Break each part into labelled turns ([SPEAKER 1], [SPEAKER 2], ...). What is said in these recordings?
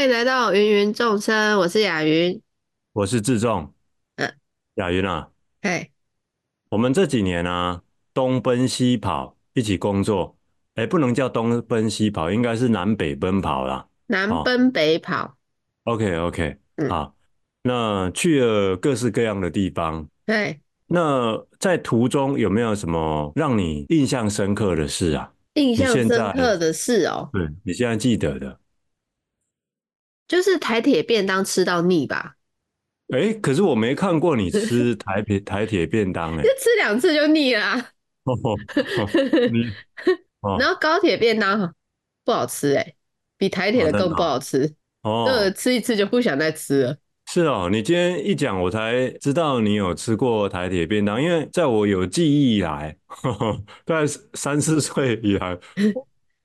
[SPEAKER 1] 迎来到芸芸众生，我是雅云。
[SPEAKER 2] 我是志仲。
[SPEAKER 1] 嗯，
[SPEAKER 2] 雅云啊，
[SPEAKER 1] 嘿，
[SPEAKER 2] 我们这几年啊，东奔西跑，一起工作。哎，不能叫东奔西跑，应该是南北奔跑啦。
[SPEAKER 1] 南
[SPEAKER 2] 好
[SPEAKER 1] 奔北跑，
[SPEAKER 2] OK OK，
[SPEAKER 1] 嗯
[SPEAKER 2] 好，那去了各式各样的地方。
[SPEAKER 1] 对，
[SPEAKER 2] 那在途中有没有什么让你印象深刻的事啊？
[SPEAKER 1] 印象
[SPEAKER 2] 现
[SPEAKER 1] 深
[SPEAKER 2] 在
[SPEAKER 1] 刻的事哦，
[SPEAKER 2] 对，你现在记得的。
[SPEAKER 1] 就是台铁便当吃到腻吧，
[SPEAKER 2] 哎，可是我没看过你吃 台铁台铁便当哎、
[SPEAKER 1] 就吃两次就腻啦、
[SPEAKER 2] 哦，你 哦
[SPEAKER 1] 然后高铁便当不好吃哎、比台铁的
[SPEAKER 2] 哦真的
[SPEAKER 1] 更不
[SPEAKER 2] 哦
[SPEAKER 1] 好吃，
[SPEAKER 2] 哦，
[SPEAKER 1] 呃，吃一次就不想再吃了。
[SPEAKER 2] 是哦，你今天一讲，我才知道你有吃过台铁便当，因为在我有记忆以来， 呵呵，大概三四岁以来，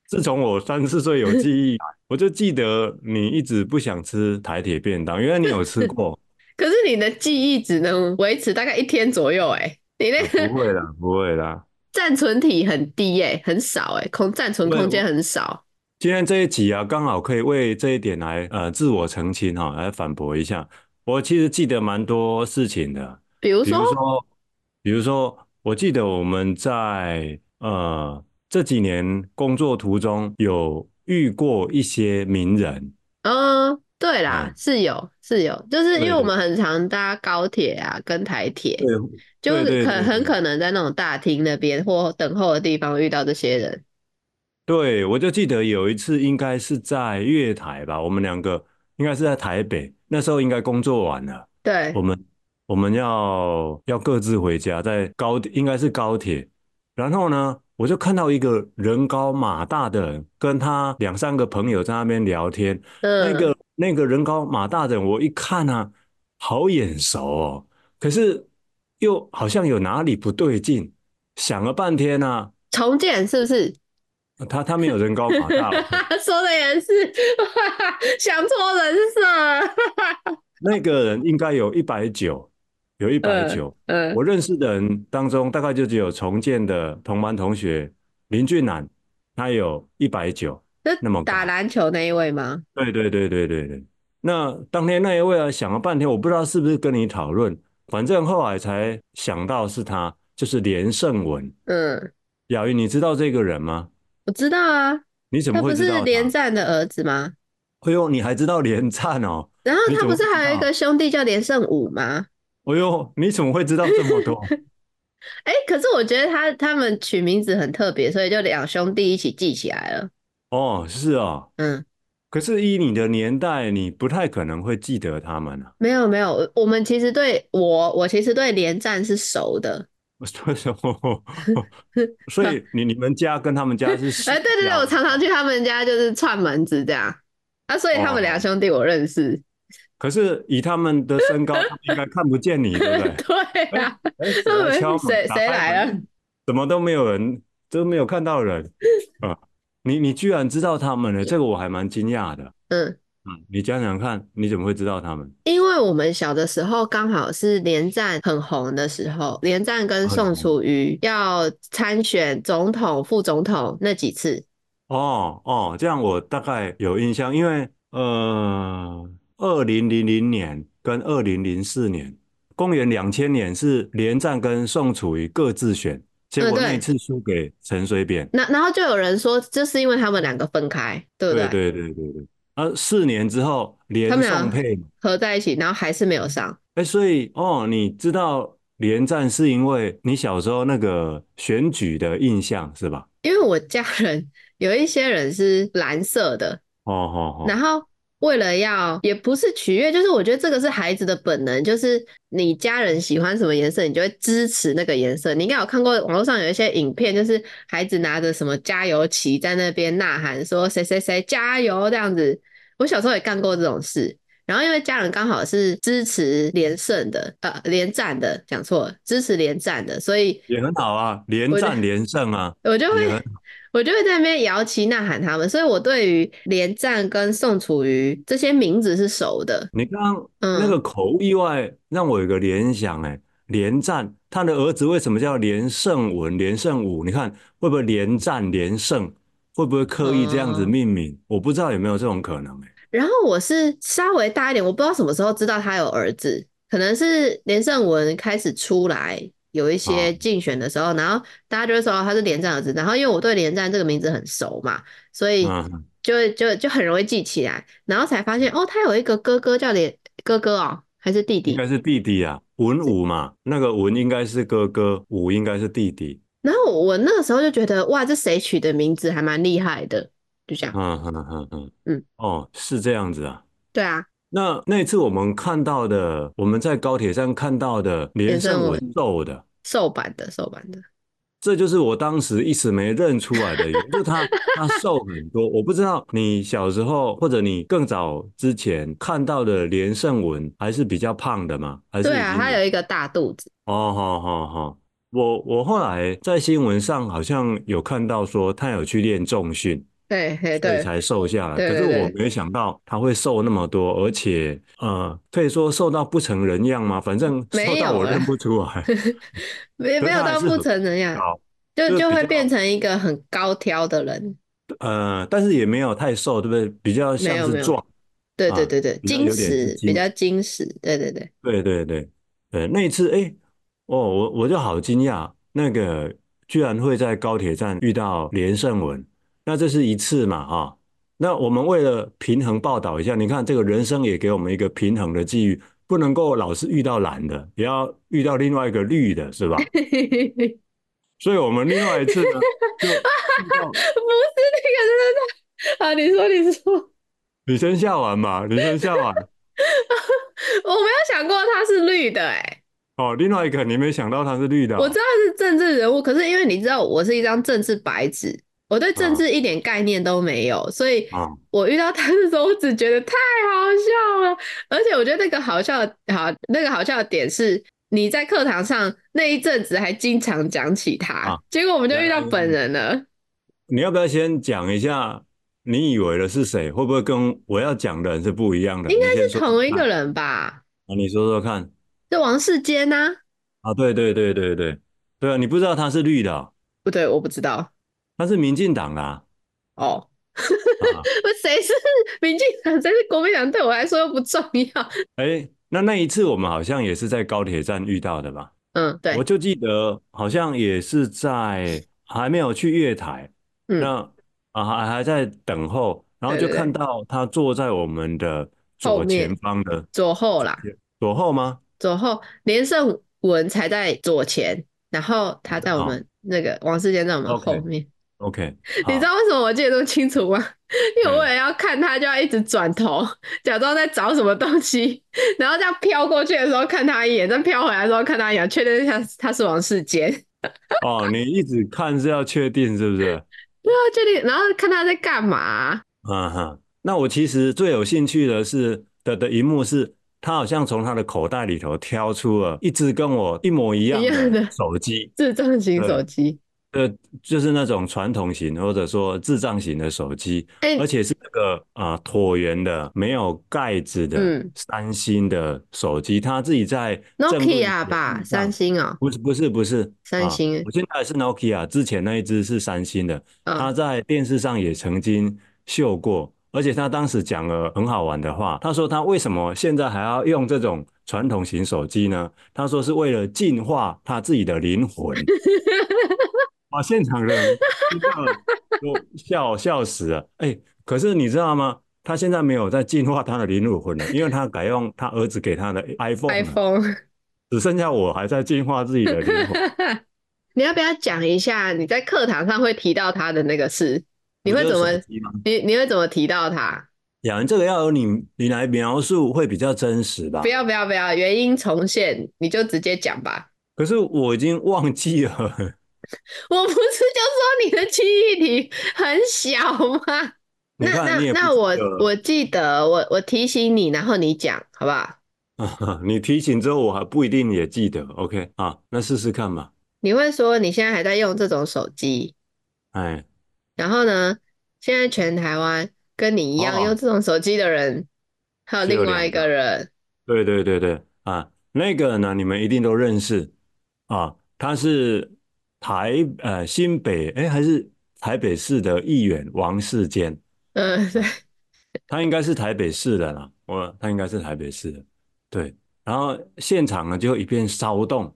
[SPEAKER 2] 自从我三四岁有记忆以来，我就记得你一直不想吃台铁便当，原来你有吃过，
[SPEAKER 1] 可是你的记忆只能维持大概一天左右哎、你那个
[SPEAKER 2] 不会啦，不会啦。
[SPEAKER 1] 暂存体很低哎、很少哎、空暂存
[SPEAKER 2] 对
[SPEAKER 1] 空间
[SPEAKER 2] 我
[SPEAKER 1] 很少。
[SPEAKER 2] 今天这一集啊，刚好可以为这一点来呃自我澄清哈、来反驳一下。我其实记得蛮多事情的，
[SPEAKER 1] 比如
[SPEAKER 2] 比如
[SPEAKER 1] 说，
[SPEAKER 2] 说，比如说，我记得我们在呃这几年工作途中有遇过一些名人，
[SPEAKER 1] 嗯，对啦
[SPEAKER 2] 嗯，
[SPEAKER 1] 是有是有，就是因
[SPEAKER 2] 对
[SPEAKER 1] 为
[SPEAKER 2] 对
[SPEAKER 1] 我们很常搭高铁啊，跟台铁，
[SPEAKER 2] 对，
[SPEAKER 1] 就
[SPEAKER 2] 对对
[SPEAKER 1] 可
[SPEAKER 2] 对
[SPEAKER 1] 很
[SPEAKER 2] 对
[SPEAKER 1] 可能在那种大厅那边或等候的地方遇到这些人。
[SPEAKER 2] 对，我就记得有一次应该是在月台吧，我们两个应该是在台北，那时候应该工作完了，
[SPEAKER 1] 对
[SPEAKER 2] 我们我们要要各自回家，在高应该是高铁，然后呢，我就看到一个人高马大的人跟他两三个朋友在那边聊天。那
[SPEAKER 1] 嗯，
[SPEAKER 2] 个那个人高马大的人，我一看啊，好眼熟哦，可是又好像有哪里不对劲，想了半天呢、
[SPEAKER 1] 重建是不是？
[SPEAKER 2] 啊，他他没有人高马大，
[SPEAKER 1] 说的也是， 想错人设 了。
[SPEAKER 2] 那个人应该有一百九，有一百九。
[SPEAKER 1] 嗯，
[SPEAKER 2] 我认识的人当中，大概就只有重建的同班同学林俊南，他有一百九，
[SPEAKER 1] 那
[SPEAKER 2] 那么高
[SPEAKER 1] 打篮球那一位吗？
[SPEAKER 2] 对对对对对对。那当天那一位啊，想了半天，我不知道是不是跟你讨论，反正后来才想到是他，就是连胜文。
[SPEAKER 1] 嗯，
[SPEAKER 2] 雅云，你知道这个人吗？
[SPEAKER 1] 我知道啊，
[SPEAKER 2] 你怎
[SPEAKER 1] 他
[SPEAKER 2] 么
[SPEAKER 1] 不
[SPEAKER 2] 会知
[SPEAKER 1] 是
[SPEAKER 2] 道
[SPEAKER 1] 连
[SPEAKER 2] 他？
[SPEAKER 1] 战的儿子吗？
[SPEAKER 2] 哎呦，你还知道连战哦？
[SPEAKER 1] 然后
[SPEAKER 2] 你
[SPEAKER 1] 他
[SPEAKER 2] 怎
[SPEAKER 1] 不
[SPEAKER 2] 么
[SPEAKER 1] 是
[SPEAKER 2] 会知
[SPEAKER 1] 还有一
[SPEAKER 2] 道
[SPEAKER 1] 个兄弟叫连胜武吗？
[SPEAKER 2] 哎呦，你怎么会知道这么 多？
[SPEAKER 1] 哎、可是我觉得他他们取名字很特别，所以就两兄弟一起记起来了。
[SPEAKER 2] 哦，是哦。
[SPEAKER 1] 嗯，
[SPEAKER 2] 可是依你的年代，你不太可能会记得他们啊。
[SPEAKER 1] 没有没有，我我们其实对我我其实对连战是熟的。
[SPEAKER 2] 所以说，所以你你们家跟他们家是
[SPEAKER 1] 哎、对对对，我常常去他们家就是串门子这样。啊，所以他们
[SPEAKER 2] 哦
[SPEAKER 1] 两兄弟我认识。
[SPEAKER 2] 可是以他们的身高，他们应该看不见你，对不对？
[SPEAKER 1] 对啊，
[SPEAKER 2] 哎，谁
[SPEAKER 1] 他
[SPEAKER 2] 来
[SPEAKER 1] 们
[SPEAKER 2] 敲门
[SPEAKER 1] 谁
[SPEAKER 2] 打
[SPEAKER 1] 谁
[SPEAKER 2] 开
[SPEAKER 1] 来啊
[SPEAKER 2] 门
[SPEAKER 1] 了？
[SPEAKER 2] 怎么都没有人，都没有看到人啊！你你居然知道他们了，这个我还蛮惊讶的。
[SPEAKER 1] 嗯，
[SPEAKER 2] 嗯，你讲讲看，你怎么会知道他们？
[SPEAKER 1] 因为我们小的时候刚好是连战很红的时候，连战跟
[SPEAKER 2] 很
[SPEAKER 1] 宋
[SPEAKER 2] 红
[SPEAKER 1] 楚瑜要参选总统、副总统那几次。
[SPEAKER 2] 哦哦，这样我大概有印象，因为呃，二零零零年跟二零零四年，公元两千年是连战跟宋楚瑜各自选，结
[SPEAKER 1] 嗯
[SPEAKER 2] 果那
[SPEAKER 1] 对
[SPEAKER 2] 一次输给陈水扁。
[SPEAKER 1] 那然后就有人说，这是因为他们两个分开，对不
[SPEAKER 2] 对对对对对。啊，四年之后
[SPEAKER 1] 他
[SPEAKER 2] 连
[SPEAKER 1] 们俩
[SPEAKER 2] 宋配嘛。
[SPEAKER 1] 合在一起，然后还是没有上。
[SPEAKER 2] 哎，所以哦，你知道连战是因为你小时候那个选举的印象是吧？
[SPEAKER 1] 因为我家人有一些人是蓝色的，
[SPEAKER 2] 哦哦
[SPEAKER 1] 然
[SPEAKER 2] 哦，
[SPEAKER 1] 后为了要也不是取悦，就是我觉得这个是孩子的本能，就是你家人喜欢什么颜色，你就会支持那个颜色。你应该有看过网络上有一些影片，就是孩子拿着什么加油旗在那边呐喊说谁谁谁加油这样子。我小时候也干过这种事。然后因为家人刚好是支持连胜的，呃，连战的，讲错了，支持连战的，所以
[SPEAKER 2] 也很好啊，连
[SPEAKER 1] 我觉
[SPEAKER 2] 战连胜啊，
[SPEAKER 1] 我就
[SPEAKER 2] 也
[SPEAKER 1] 会
[SPEAKER 2] 很
[SPEAKER 1] 我就会在那边摇旗呐喊他们，所以我对于连战跟宋楚瑜这些名字是熟的。
[SPEAKER 2] 你刚刚
[SPEAKER 1] 嗯，
[SPEAKER 2] 那个口意外让我有个联想，哎，连战他的儿子为什么叫连胜文、连胜武？你看会不会连战连胜？会不会刻意这样子
[SPEAKER 1] 哦
[SPEAKER 2] 命名？我不知道有没有这种可能，哎，
[SPEAKER 1] 然后我是稍微大一点，我不知道什么时候知道他有儿子，可能是连胜文开始出来有一些
[SPEAKER 2] 哦
[SPEAKER 1] 竞选的时候，然后大家就会说哦他是连战儿子。然后因为我对连战这个名字很熟嘛，所以
[SPEAKER 2] 嗯，
[SPEAKER 1] 就会就就很容易记起来。然后才发现哦，他有一个哥哥叫连哥哥哦，还是弟
[SPEAKER 2] 应
[SPEAKER 1] 弟。
[SPEAKER 2] 该是弟弟啊，文武嘛，那个文应该是哥哥，武应该是弟弟。
[SPEAKER 1] 然后我那个时候就觉得哇，这谁取的名字还蛮厉害的，就这样。
[SPEAKER 2] 嗯嗯嗯嗯
[SPEAKER 1] 嗯
[SPEAKER 2] 嗯，哦，是这样子啊。
[SPEAKER 1] 对啊，
[SPEAKER 2] 那那次我们看到的，我们在高铁上看到的连
[SPEAKER 1] 连胜
[SPEAKER 2] 胜
[SPEAKER 1] 文
[SPEAKER 2] 文揍的，
[SPEAKER 1] 瘦版的瘦版的，
[SPEAKER 2] 这就是我当时一时没认出来的原因，就是他他瘦很多。我不知道你小时候或者你更早之前看到的连胜文还是比较胖的吗？还是
[SPEAKER 1] 对
[SPEAKER 2] 已
[SPEAKER 1] 啊，
[SPEAKER 2] 经
[SPEAKER 1] 他
[SPEAKER 2] 有？
[SPEAKER 1] 有一个大肚子。
[SPEAKER 2] 哦，好好好，我我后来在新闻上好像有看到说他有去练重训，
[SPEAKER 1] 对，嘿，
[SPEAKER 2] 所以
[SPEAKER 1] 对，
[SPEAKER 2] 才瘦下来。
[SPEAKER 1] 对
[SPEAKER 2] 可
[SPEAKER 1] 对
[SPEAKER 2] 是我
[SPEAKER 1] 对
[SPEAKER 2] 没想到他会瘦那么多，而且呃，可以说瘦到不成人样吗？反正瘦
[SPEAKER 1] 没
[SPEAKER 2] 到
[SPEAKER 1] 有啊
[SPEAKER 2] 我认
[SPEAKER 1] 啦
[SPEAKER 2] 不 出来，
[SPEAKER 1] 没没
[SPEAKER 2] 可是
[SPEAKER 1] 有
[SPEAKER 2] 他还
[SPEAKER 1] 到
[SPEAKER 2] 是
[SPEAKER 1] 不
[SPEAKER 2] 很
[SPEAKER 1] 成人样，
[SPEAKER 2] 高，
[SPEAKER 1] 就
[SPEAKER 2] 就是
[SPEAKER 1] 就
[SPEAKER 2] 比
[SPEAKER 1] 会
[SPEAKER 2] 较
[SPEAKER 1] 变成一个很高挑的人。
[SPEAKER 2] 呃，但是也没有太瘦，对不对？比较
[SPEAKER 1] 没
[SPEAKER 2] 像
[SPEAKER 1] 有
[SPEAKER 2] 是
[SPEAKER 1] 没有，
[SPEAKER 2] 壮
[SPEAKER 1] 对对
[SPEAKER 2] 啊，
[SPEAKER 1] 对对，
[SPEAKER 2] 比较
[SPEAKER 1] 矜
[SPEAKER 2] 有点是
[SPEAKER 1] 持，比
[SPEAKER 2] 精。
[SPEAKER 1] 较矜持，对对对，
[SPEAKER 2] 对对对，对，那一次，哎，哦，我我就好惊讶，那个居然会在高铁站遇到连胜文，那这是一次嘛，啊、那我们为了平衡报道一下，你看这个人生也给我们一个平衡的际遇，不能够老是遇到蓝的，也要遇到另外一个绿的，是吧？所以我们另外一次呢，就 遇到
[SPEAKER 1] 不是 那个，真的啊！你说你说，
[SPEAKER 2] 女生下完嘛，女生下完，
[SPEAKER 1] 我没有想过他是绿的、欸，
[SPEAKER 2] 哦，另外一个你没想到他是绿的
[SPEAKER 1] 我知
[SPEAKER 2] 哦，
[SPEAKER 1] 道是政治人物，可是因为你知道我是一张政治白纸，我对政
[SPEAKER 2] 啊
[SPEAKER 1] 治一点概念都没有，所以
[SPEAKER 2] 啊，
[SPEAKER 1] 我遇到他的时候，我只觉得太好笑了。而且我觉得那个好笑的，好那个好笑的点是，你在课堂上那一阵子还经常讲起他
[SPEAKER 2] 啊，
[SPEAKER 1] 结果我们就
[SPEAKER 2] 原
[SPEAKER 1] 遇
[SPEAKER 2] 来
[SPEAKER 1] 到本人了。
[SPEAKER 2] 你要不要先讲一下你以为的是谁？会不会跟我要讲的人是不一样的？
[SPEAKER 1] 应该
[SPEAKER 2] 你先
[SPEAKER 1] 是
[SPEAKER 2] 说说
[SPEAKER 1] 同一
[SPEAKER 2] 看，
[SPEAKER 1] 个人吧？
[SPEAKER 2] 啊，你说说看。
[SPEAKER 1] 是王世坚呐、
[SPEAKER 2] 啊，对对对对对，对啊，你不知道他是绿的哦、
[SPEAKER 1] 不对，我不知道
[SPEAKER 2] 他是民进党啦、
[SPEAKER 1] 哦。
[SPEAKER 2] 啊，
[SPEAKER 1] 那谁是民进党，谁是国民党，对我来说又不重要。
[SPEAKER 2] 哎，那那一次我们好像也是在高铁站遇到的吧？
[SPEAKER 1] 嗯，
[SPEAKER 2] 我
[SPEAKER 1] 对，
[SPEAKER 2] 就记得好像也是在还没有去月台，
[SPEAKER 1] 嗯，
[SPEAKER 2] 那啊还还在等候，然后
[SPEAKER 1] 对
[SPEAKER 2] 就
[SPEAKER 1] 对
[SPEAKER 2] 看
[SPEAKER 1] 对，
[SPEAKER 2] 到他坐在我们的
[SPEAKER 1] 后
[SPEAKER 2] 左前
[SPEAKER 1] 面
[SPEAKER 2] 方的
[SPEAKER 1] 左后啦，
[SPEAKER 2] 左后吗？
[SPEAKER 1] 左后连胜文才在左前，然后他在我
[SPEAKER 2] 好
[SPEAKER 1] 们那个王世坚在我们后
[SPEAKER 2] 哦，OK
[SPEAKER 1] 面。
[SPEAKER 2] OK，
[SPEAKER 1] 你知道
[SPEAKER 2] 好，
[SPEAKER 1] 为什么我记得这么清楚吗？ 因为我为
[SPEAKER 2] 嗯。
[SPEAKER 1] 了要看他，就要一直转头， 假装在找什么东西， 然后这样飘过去的时候看他一眼，再飘回来的时候看他一眼，确定一下他是王世坚，
[SPEAKER 2] 哦，你一直看是要确定是不是？
[SPEAKER 1] 对啊，确定，然后看他在干嘛。
[SPEAKER 2] 嗯哼，那我其实最有兴趣的是的的一幕是，他好像从他的口袋里头挑出了一只跟我一模一
[SPEAKER 1] 一
[SPEAKER 2] 样
[SPEAKER 1] 样
[SPEAKER 2] 的
[SPEAKER 1] 的
[SPEAKER 2] 手机，
[SPEAKER 1] 智障型手
[SPEAKER 2] 对，
[SPEAKER 1] 机，
[SPEAKER 2] 呃，就是那种传统型或者说智障型的手机，
[SPEAKER 1] 哎、
[SPEAKER 2] 而且是那个啊、呃椭圆的没有盖子的
[SPEAKER 1] 嗯
[SPEAKER 2] 三星的手机，他自己在政论
[SPEAKER 1] ，Nokia
[SPEAKER 2] 节
[SPEAKER 1] 吧，
[SPEAKER 2] 目
[SPEAKER 1] 三
[SPEAKER 2] 上，
[SPEAKER 1] 星哦，
[SPEAKER 2] 不是不是不是
[SPEAKER 1] 三
[SPEAKER 2] 啊，
[SPEAKER 1] 星，
[SPEAKER 2] 我现在是 Nokia，之前那一只是三星的。他
[SPEAKER 1] 嗯，
[SPEAKER 2] 在电视上也曾经秀过，而且他当时讲了很好玩的话。他说他为什么现在还要用这种传统型手机呢？他说是为了净化他自己的灵 魂。啊，现场的人听到了都笑笑死了。哎，可是你知道吗？他现在没有在净化他的灵魂了，因为他改用他儿子给他的 iPhone 了，
[SPEAKER 1] iPhone。
[SPEAKER 2] 只剩下我还在净化自己的灵魂。
[SPEAKER 1] 你要不要讲一下你在课堂上会提到他的那个事？你
[SPEAKER 2] 你
[SPEAKER 1] 会
[SPEAKER 2] 说
[SPEAKER 1] 怎么
[SPEAKER 2] 手机吗？
[SPEAKER 1] 你你会怎么提到他？
[SPEAKER 2] 呀，这个要由你你来描述会比较真实
[SPEAKER 1] 不
[SPEAKER 2] 吧？
[SPEAKER 1] 要不要不要，原因重现，你就直接讲吧。
[SPEAKER 2] 可是我已经忘记了，
[SPEAKER 1] 我不是就说你的记忆体很小吗？
[SPEAKER 2] 你
[SPEAKER 1] 那
[SPEAKER 2] 看
[SPEAKER 1] 那
[SPEAKER 2] 你也不
[SPEAKER 1] 那
[SPEAKER 2] 记
[SPEAKER 1] 我
[SPEAKER 2] 得
[SPEAKER 1] 我
[SPEAKER 2] 了，
[SPEAKER 1] 记得，我我提醒你，然后你讲好不好？
[SPEAKER 2] 你提醒之后我还不一定也记得。OK 啊，那试试看吧。
[SPEAKER 1] 你会说你现在还在用这种手机，
[SPEAKER 2] 哎，
[SPEAKER 1] 然后呢，现在全台湾跟你一样用
[SPEAKER 2] 哦，
[SPEAKER 1] 这种手机的人，还有
[SPEAKER 2] 只
[SPEAKER 1] 另
[SPEAKER 2] 有
[SPEAKER 1] 外一个
[SPEAKER 2] 两个，
[SPEAKER 1] 人，
[SPEAKER 2] 对对对对啊，那个呢，你们一定都认识啊，他是台呃新北哎还是台北市的议员王世坚
[SPEAKER 1] 嗯，对，
[SPEAKER 2] 啊，他应该是台北市的啦，我他应该是台北市的，对。然后现场呢就一片骚动， 哦，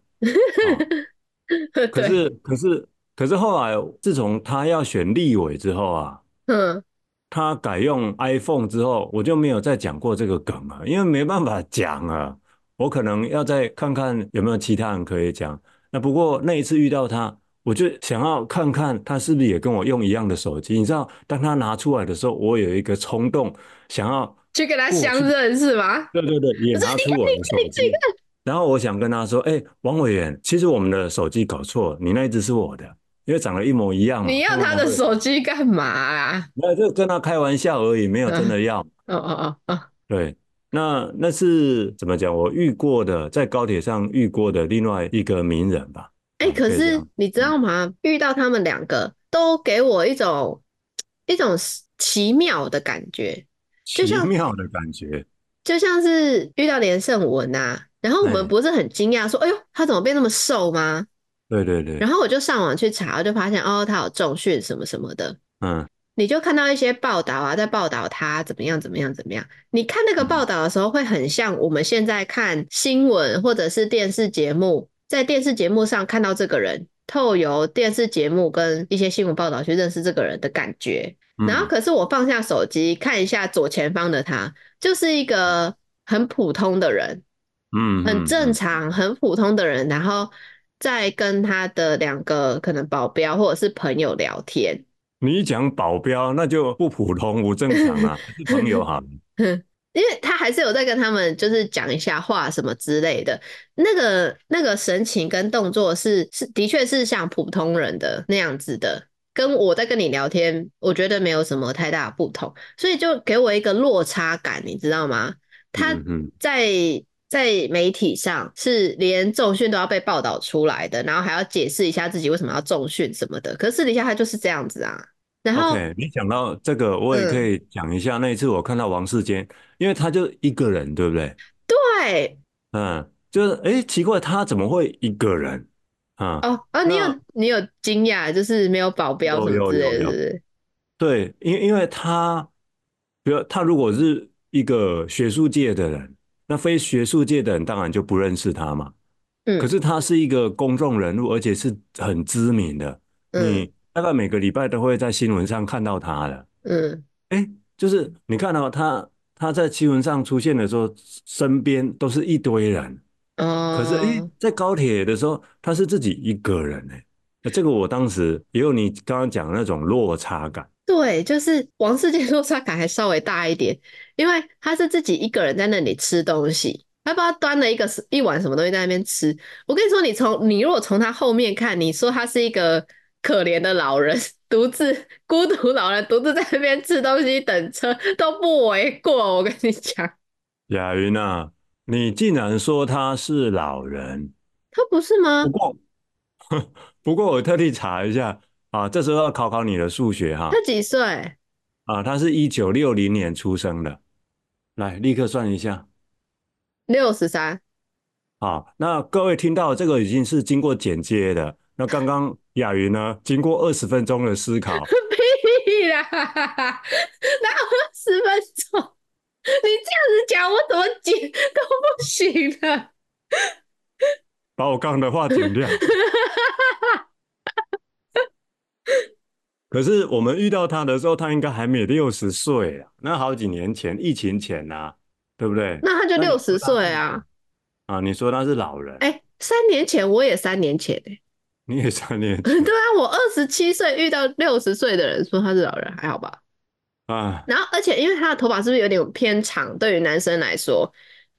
[SPEAKER 2] 可
[SPEAKER 1] 对，
[SPEAKER 2] 是可是可是后来自从他要选立委之后啊，
[SPEAKER 1] 嗯，
[SPEAKER 2] 他改用 iPhone 之后，我就没有再讲过这个梗了，因为没办法讲啊。我可能要再看看有没有其他人可以讲。那不过那一次遇到他，我就想要看看他是不是也跟我用一样的手机。你知道，当他拿出来的时候，我有一个冲动，想要
[SPEAKER 1] 去跟他
[SPEAKER 2] 过
[SPEAKER 1] 相
[SPEAKER 2] 去，嗯
[SPEAKER 1] 认是吗？
[SPEAKER 2] 对对对，也
[SPEAKER 1] 我说
[SPEAKER 2] 拿
[SPEAKER 1] 你
[SPEAKER 2] 出
[SPEAKER 1] 看，
[SPEAKER 2] 我
[SPEAKER 1] 你
[SPEAKER 2] 的
[SPEAKER 1] 看，
[SPEAKER 2] 手
[SPEAKER 1] 你这
[SPEAKER 2] 机。 然后我想跟他说：“哎，王委员，其实我们的手机搞错了，你那一只是我的，因为长得一模一样
[SPEAKER 1] 你要
[SPEAKER 2] 嘛，他们
[SPEAKER 1] 他
[SPEAKER 2] 才
[SPEAKER 1] 的
[SPEAKER 2] 会。”
[SPEAKER 1] 手机干嘛啊？
[SPEAKER 2] 没有，就跟他开玩笑而已，没有
[SPEAKER 1] 嗯，
[SPEAKER 2] 真的要。
[SPEAKER 1] 哦哦哦哦，
[SPEAKER 2] 对，那那是怎么讲？我遇过的，在高铁上遇过的另外一个名人吧，
[SPEAKER 1] 哎，
[SPEAKER 2] 啊，
[SPEAKER 1] 可
[SPEAKER 2] 可以这
[SPEAKER 1] 是
[SPEAKER 2] 样，
[SPEAKER 1] 你知道
[SPEAKER 2] 嗯，
[SPEAKER 1] 吗？遇到他们两个都给我一种一种奇妙的感觉，就
[SPEAKER 2] 奇
[SPEAKER 1] 像
[SPEAKER 2] 妙的感觉，
[SPEAKER 1] 就像是遇到连胜文呐、然后我们
[SPEAKER 2] 哎，
[SPEAKER 1] 不是很惊讶说，哎呦，他怎么变那么瘦吗？
[SPEAKER 2] 对对
[SPEAKER 1] 然
[SPEAKER 2] 对，
[SPEAKER 1] 后我就上网去查，就发现哦，他有重训什么什么的。
[SPEAKER 2] 嗯
[SPEAKER 1] 你就看到一些报道啊，在报道他怎么样怎么样怎么样。你看那个报
[SPEAKER 2] 嗯，
[SPEAKER 1] 道的时候，会很像我们现在看新闻或者是电视节目，在电视节目上看到这个人，透由电视节目跟一些新闻报道去认识这个人的感觉。然后，
[SPEAKER 2] 嗯，
[SPEAKER 1] 可是我放下手机看一下左前方的他，就是一个很普通的人，
[SPEAKER 2] 嗯
[SPEAKER 1] 很正
[SPEAKER 2] 嗯
[SPEAKER 1] 常、很普通的人，然后再跟他的两个可能保镖或者是朋友聊天。
[SPEAKER 2] 你一讲保镖，那就不普通不正常 啊，还是朋友好了，
[SPEAKER 1] 因为他还是有在跟他们就是讲一下话什么之类的，那个那个神情跟动作是是的确是像普通人的那样子的，跟我在跟你聊天，我觉得没有什么太大的不同，所以就给我一个落差感，你知道吗？他
[SPEAKER 2] 嗯嗯，
[SPEAKER 1] 在在媒体上是连重训都要被报道出来的，然后还要解释一下自己为什么要重训什么的，可是私底下他就是这样子啊，然后
[SPEAKER 2] OK，你讲到这个，我也可
[SPEAKER 1] 嗯。
[SPEAKER 2] 以讲一下那一次我看到王世坚，因为他就一个人，对不对？
[SPEAKER 1] 对，
[SPEAKER 2] 嗯，就是诶，奇怪，他怎么会一个人？啊、
[SPEAKER 1] 哦哦，你有
[SPEAKER 2] 那
[SPEAKER 1] 你有惊讶，就是没有保镖什
[SPEAKER 2] 有
[SPEAKER 1] 么
[SPEAKER 2] 有
[SPEAKER 1] 之
[SPEAKER 2] 有
[SPEAKER 1] 类的，
[SPEAKER 2] 有，
[SPEAKER 1] 是
[SPEAKER 2] 对，因因为他，比如他如果是一个学术界的人，那非学术界的人当然就不认识他嘛。
[SPEAKER 1] 不
[SPEAKER 2] 可
[SPEAKER 1] 是？
[SPEAKER 2] 是他是一个公众人物，而且是很知名的，
[SPEAKER 1] 嗯
[SPEAKER 2] 你大概每个礼拜都会在新闻上看到他的。
[SPEAKER 1] 嗯
[SPEAKER 2] 哎，就是你看到、他他在新闻上出现的时候，身边都是一堆人，
[SPEAKER 1] 嗯，
[SPEAKER 2] 可是哎，诶
[SPEAKER 1] 哦，
[SPEAKER 2] 在高铁的时候，他是自己一个人哎，那这个我当时也有你刚刚讲的那种落差感，
[SPEAKER 1] 对，就是王世坚落 差感还稍微大一点，因为他是自己一个人在那里吃东西，他不知道端了一个什一碗什么东西在那边吃。我跟你说，你从你如果从他后面看，你说他是一个可怜的老人， 独自孤独老人独自在那边吃东西等车都不为过，我跟你讲。
[SPEAKER 2] 雅云啊，你竟然说他是老人，
[SPEAKER 1] 他不是
[SPEAKER 2] 不
[SPEAKER 1] 吗？
[SPEAKER 2] 过 不过我特地查一下啊，这时候要考考你的数学
[SPEAKER 1] 他
[SPEAKER 2] 哈
[SPEAKER 1] 几岁？
[SPEAKER 2] 啊，他是一九六零年出生的，来立刻算一下。
[SPEAKER 1] 六十三。
[SPEAKER 2] 好，那各位听到这个已经是经过剪接的，那刚刚雅云呢，经过二十分钟的思考，
[SPEAKER 1] 屁啦， 哪有十分钟？你这样子讲，我怎么剪都不行啊了。
[SPEAKER 2] 把我刚刚的话 剪掉。可是我们遇到他的时候，他应该还没六十岁啊，那好几年前，疫情前呐、啊，对不对？
[SPEAKER 1] 那他就
[SPEAKER 2] 那你
[SPEAKER 1] 六
[SPEAKER 2] 说
[SPEAKER 1] 十
[SPEAKER 2] 他是
[SPEAKER 1] 岁啊！
[SPEAKER 2] 啊，你说他是老人，
[SPEAKER 1] 哎、三年前我也三年前欸
[SPEAKER 2] 你也三年
[SPEAKER 1] 对
[SPEAKER 2] 前
[SPEAKER 1] 啊，我二十七岁遇到六十岁的人说他是老人，还好吧？
[SPEAKER 2] 啊，
[SPEAKER 1] 然后而且因为他的头发是不是有点偏长，对于男生来说，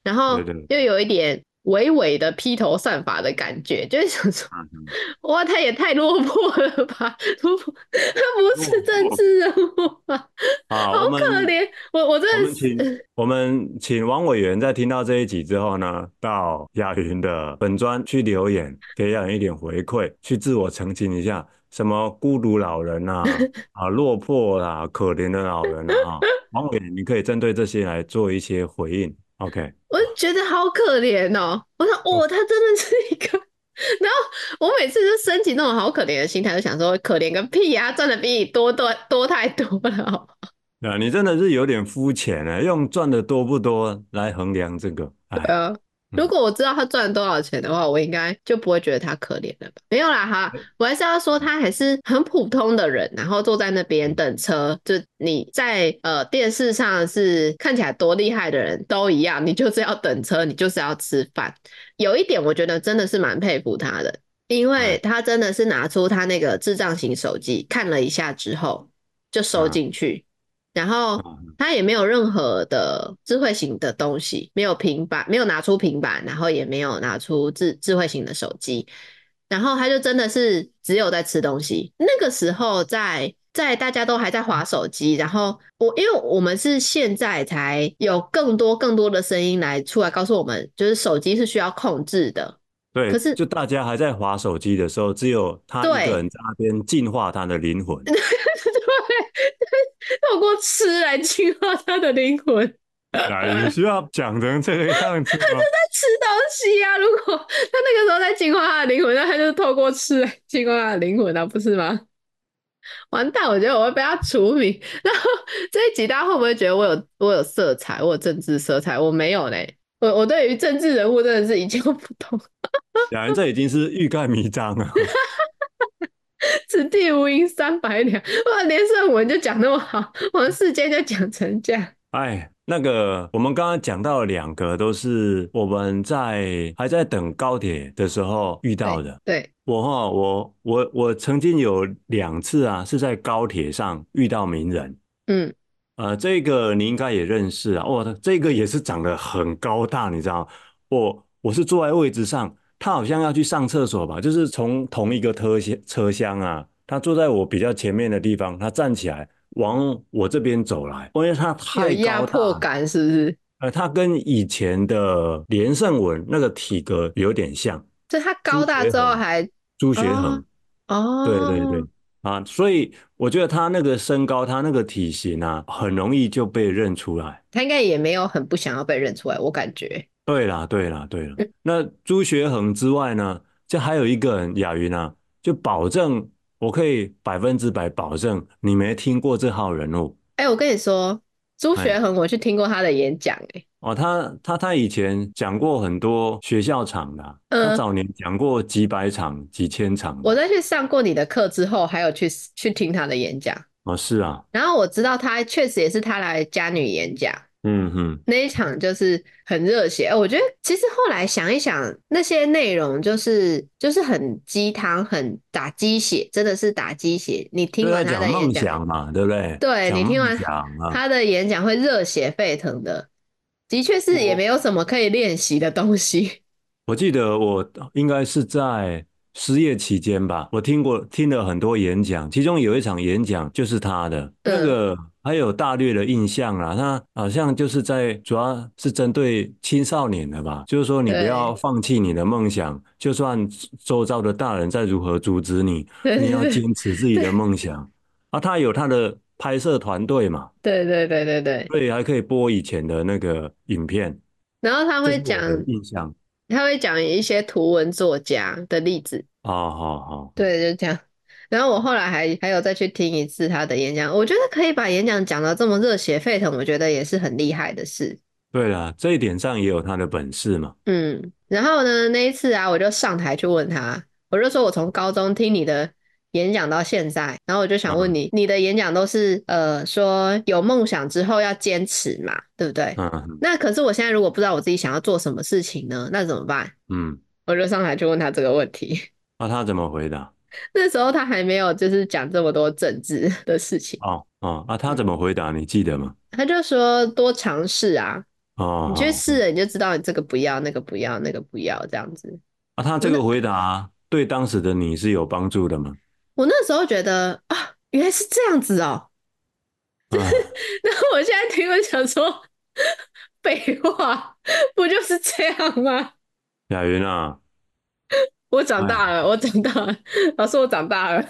[SPEAKER 1] 然后
[SPEAKER 2] 对对
[SPEAKER 1] 又有一点微微的披头散发的感觉，就是想说，
[SPEAKER 2] 啊，嗯
[SPEAKER 1] 哇，他也太落魄了吧！ 落魄，他不
[SPEAKER 2] 落
[SPEAKER 1] 是政
[SPEAKER 2] 魄
[SPEAKER 1] 治人物吧？
[SPEAKER 2] 啊，
[SPEAKER 1] 好
[SPEAKER 2] 我
[SPEAKER 1] 可
[SPEAKER 2] 们
[SPEAKER 1] 怜，我我
[SPEAKER 2] 我
[SPEAKER 1] 真的是，
[SPEAKER 2] 们请我们请王委员在听到这一集之后呢，到雅云的粉专去 留言，给雅云一点回馈，去自我澄清一下，什么孤独老 人呐、啊，落魄啦、可怜的老人啊，哈，王委员你可以针对这些来做一些回应。OK，
[SPEAKER 1] 我就觉得好可怜哦。我说，
[SPEAKER 2] 好，
[SPEAKER 1] 哦，他真的是一个 然后我每次就升起啊那种好可怜的心态，就想说，可怜个屁呀、赚的比你多多多太多了好不好哦
[SPEAKER 2] 对啊，你真的是有点肤浅了，用赚的多不多来衡量这个。哎，
[SPEAKER 1] 呃，如果我知道他赚了多少钱的话，我应该就不会觉得他可怜了吧？没有啦，哈，我还是要说他还是很普通的人，然后坐在那边等车，就你在呃电视上是看起来多厉害的人都一样，你就是要等车，你就是要吃饭。有一点我觉得真的是蛮佩服他的，因为
[SPEAKER 2] 哎
[SPEAKER 1] 他真的是拿出他那个智障型手机看了一下之后就收
[SPEAKER 2] 啊
[SPEAKER 1] 进去，然后。
[SPEAKER 2] 啊
[SPEAKER 1] 他也没有任何的智慧型的东西，没有平板，没有拿出平板，然后也没有拿出智智慧型的手机，然后他就真的是只有在吃东西。那个时候在在大家都还在划手机，然后我因为我们是现在才有更多更多的声音来出来告诉我们，就是手机是需要控制的，
[SPEAKER 2] 对，
[SPEAKER 1] 可是
[SPEAKER 2] 就大家还在划手机的时候，只有他一
[SPEAKER 1] 对
[SPEAKER 2] 个人在那边净化他的灵魂。
[SPEAKER 1] 对，透过吃来净化他的灵魂。
[SPEAKER 2] 来，哎你需要讲成这个样子吗？
[SPEAKER 1] 吃东西呀、如果他那个时候在净化他的灵魂，那他就是透过吃来净化他的灵魂啊，不是吗？ 完蛋，我觉得我会被他除名。然后这一集大家会不会觉得我有我有色彩，我有政治色彩？我没有嘞，我我对于政治人物真的是一窍不 通，
[SPEAKER 2] 显然这已经是欲盖弥彰了。
[SPEAKER 1] 此地无银三百两。哇，连胜文就讲那么好，王世坚就讲成这样。
[SPEAKER 2] 哎，那个，我们刚刚讲到了两个，都是我们在还在等高铁的时候遇到的。
[SPEAKER 1] 对，
[SPEAKER 2] 我哈，我我我曾经有两次啊，是在高铁上遇到名人。
[SPEAKER 1] 嗯，
[SPEAKER 2] 呃，这个你应该也认识啊。哇，这个也是长得很高大，你知道？我我是坐在位置上，他好像要去上厕所吧，就是从同一个车厢车厢啊，他坐在我比较前面的地方，他站起来往我这边走来，因为他
[SPEAKER 1] 有
[SPEAKER 2] 太
[SPEAKER 1] 压
[SPEAKER 2] 高大
[SPEAKER 1] 迫
[SPEAKER 2] 了。
[SPEAKER 1] 感是不是？
[SPEAKER 2] 呃，他跟以前的连胜文那个体格有点像，
[SPEAKER 1] 就他
[SPEAKER 2] 朱
[SPEAKER 1] 高大
[SPEAKER 2] 学
[SPEAKER 1] 之后
[SPEAKER 2] 恒，
[SPEAKER 1] 还
[SPEAKER 2] 朱学
[SPEAKER 1] 哦
[SPEAKER 2] 恒，对对对
[SPEAKER 1] 哦，
[SPEAKER 2] 啊，所以我觉得他那个身高，他那个体型啊，很容易就被认出来。
[SPEAKER 1] 他应该也没有很不想要被认出来，我感觉。
[SPEAKER 2] 对啦，对啦，对
[SPEAKER 1] 嗯
[SPEAKER 2] 啦。那朱学恒之外呢，就还有一个人雅云啊，就保证我可以百分之百保证你没听过这号人物。
[SPEAKER 1] 哎、我跟你说，朱学
[SPEAKER 2] 哎，
[SPEAKER 1] 恒，我去听过他的演讲、哎，
[SPEAKER 2] 哦，他他他以前讲过很多学校场的啊他
[SPEAKER 1] 嗯，
[SPEAKER 2] 早年讲过几百场、几千场
[SPEAKER 1] 我
[SPEAKER 2] 的。
[SPEAKER 1] 在去上过你的课之后，还有去去听他的演讲，
[SPEAKER 2] 哦，是啊，
[SPEAKER 1] 然后我知道他确实也是他来嘉女演讲
[SPEAKER 2] 嗯哼，
[SPEAKER 1] 那一场，就是很热血、哎我觉得其实后来想一想，那些内容就是就是很鸡汤，很打鸡血，真的是打鸡血。你听
[SPEAKER 2] 就
[SPEAKER 1] 完
[SPEAKER 2] 在
[SPEAKER 1] 他
[SPEAKER 2] 讲
[SPEAKER 1] 的演
[SPEAKER 2] 梦
[SPEAKER 1] 讲，
[SPEAKER 2] 想嘛，对不对？
[SPEAKER 1] 对，
[SPEAKER 2] 讲
[SPEAKER 1] 你听
[SPEAKER 2] 梦
[SPEAKER 1] 完
[SPEAKER 2] 想啊，
[SPEAKER 1] 他的演讲会热血沸腾的，的确是也没
[SPEAKER 2] 我
[SPEAKER 1] 有什么可以练习的东西。
[SPEAKER 2] 我记得我应该是在失业期间吧，我听过听了很多演讲，其中有一场演讲就是他的那
[SPEAKER 1] 嗯，
[SPEAKER 2] 个，还有大略的印象啦。他好像就是在主要是针对青少年的吧，就是说你不要
[SPEAKER 1] 对，
[SPEAKER 2] 放弃你的梦想，就算周遭的大人再如何阻 止你，
[SPEAKER 1] 对
[SPEAKER 2] 你
[SPEAKER 1] 对
[SPEAKER 2] 要
[SPEAKER 1] 对
[SPEAKER 2] 坚持自己的梦想。啊，他有他的拍摄团队嘛，
[SPEAKER 1] 对对对对对。
[SPEAKER 2] 所以还可以播以前的那个影片，
[SPEAKER 1] 然后他
[SPEAKER 2] 这
[SPEAKER 1] 会
[SPEAKER 2] 是我
[SPEAKER 1] 讲，
[SPEAKER 2] 的印象。
[SPEAKER 1] 他会讲一些图文作家的例子，
[SPEAKER 2] 好哦好好。
[SPEAKER 1] 对，就这样。然后我后来还还有再去听一次他的演讲，我觉得可以把演讲讲到这么热血沸腾，我觉得也是很厉害的事。
[SPEAKER 2] 对啦，这一点上也有他的本事嘛。
[SPEAKER 1] 嗯，然后呢，那一次啊，我就上台去问他，我就说我从高中听你的演讲到现在，然后我就想问
[SPEAKER 2] 嗯
[SPEAKER 1] 你，你的演讲都是呃说有梦想之后要坚持嘛，对不对？
[SPEAKER 2] 嗯
[SPEAKER 1] 那可是我现在如果不知道我自己想要做什么事情呢，那怎么办？
[SPEAKER 2] 嗯，
[SPEAKER 1] 我就上台去问他这个问题。
[SPEAKER 2] 那、他怎么回答？
[SPEAKER 1] 那时候他还没有就是讲这么多政治的事情，
[SPEAKER 2] 哦哦，啊，他
[SPEAKER 1] 嗯，
[SPEAKER 2] 怎么回答？你记得吗？
[SPEAKER 1] 他就说多尝试啊，
[SPEAKER 2] 哦
[SPEAKER 1] 你去
[SPEAKER 2] 哦，
[SPEAKER 1] 试了你就知道你这个不要，那个不要，那个不要这样子。
[SPEAKER 2] 啊，他
[SPEAKER 1] 我
[SPEAKER 2] 这
[SPEAKER 1] 那
[SPEAKER 2] 个回答对当时的你是有帮助的吗？
[SPEAKER 1] 我那时候觉得啊，原来是这样子哦。
[SPEAKER 2] 啊，
[SPEAKER 1] 然后我现在听我想说，废话，不就是这样吗？
[SPEAKER 2] 雅云啊，
[SPEAKER 1] 我长
[SPEAKER 2] 哎，
[SPEAKER 1] 大了，我长大了，老师，我长大了。哦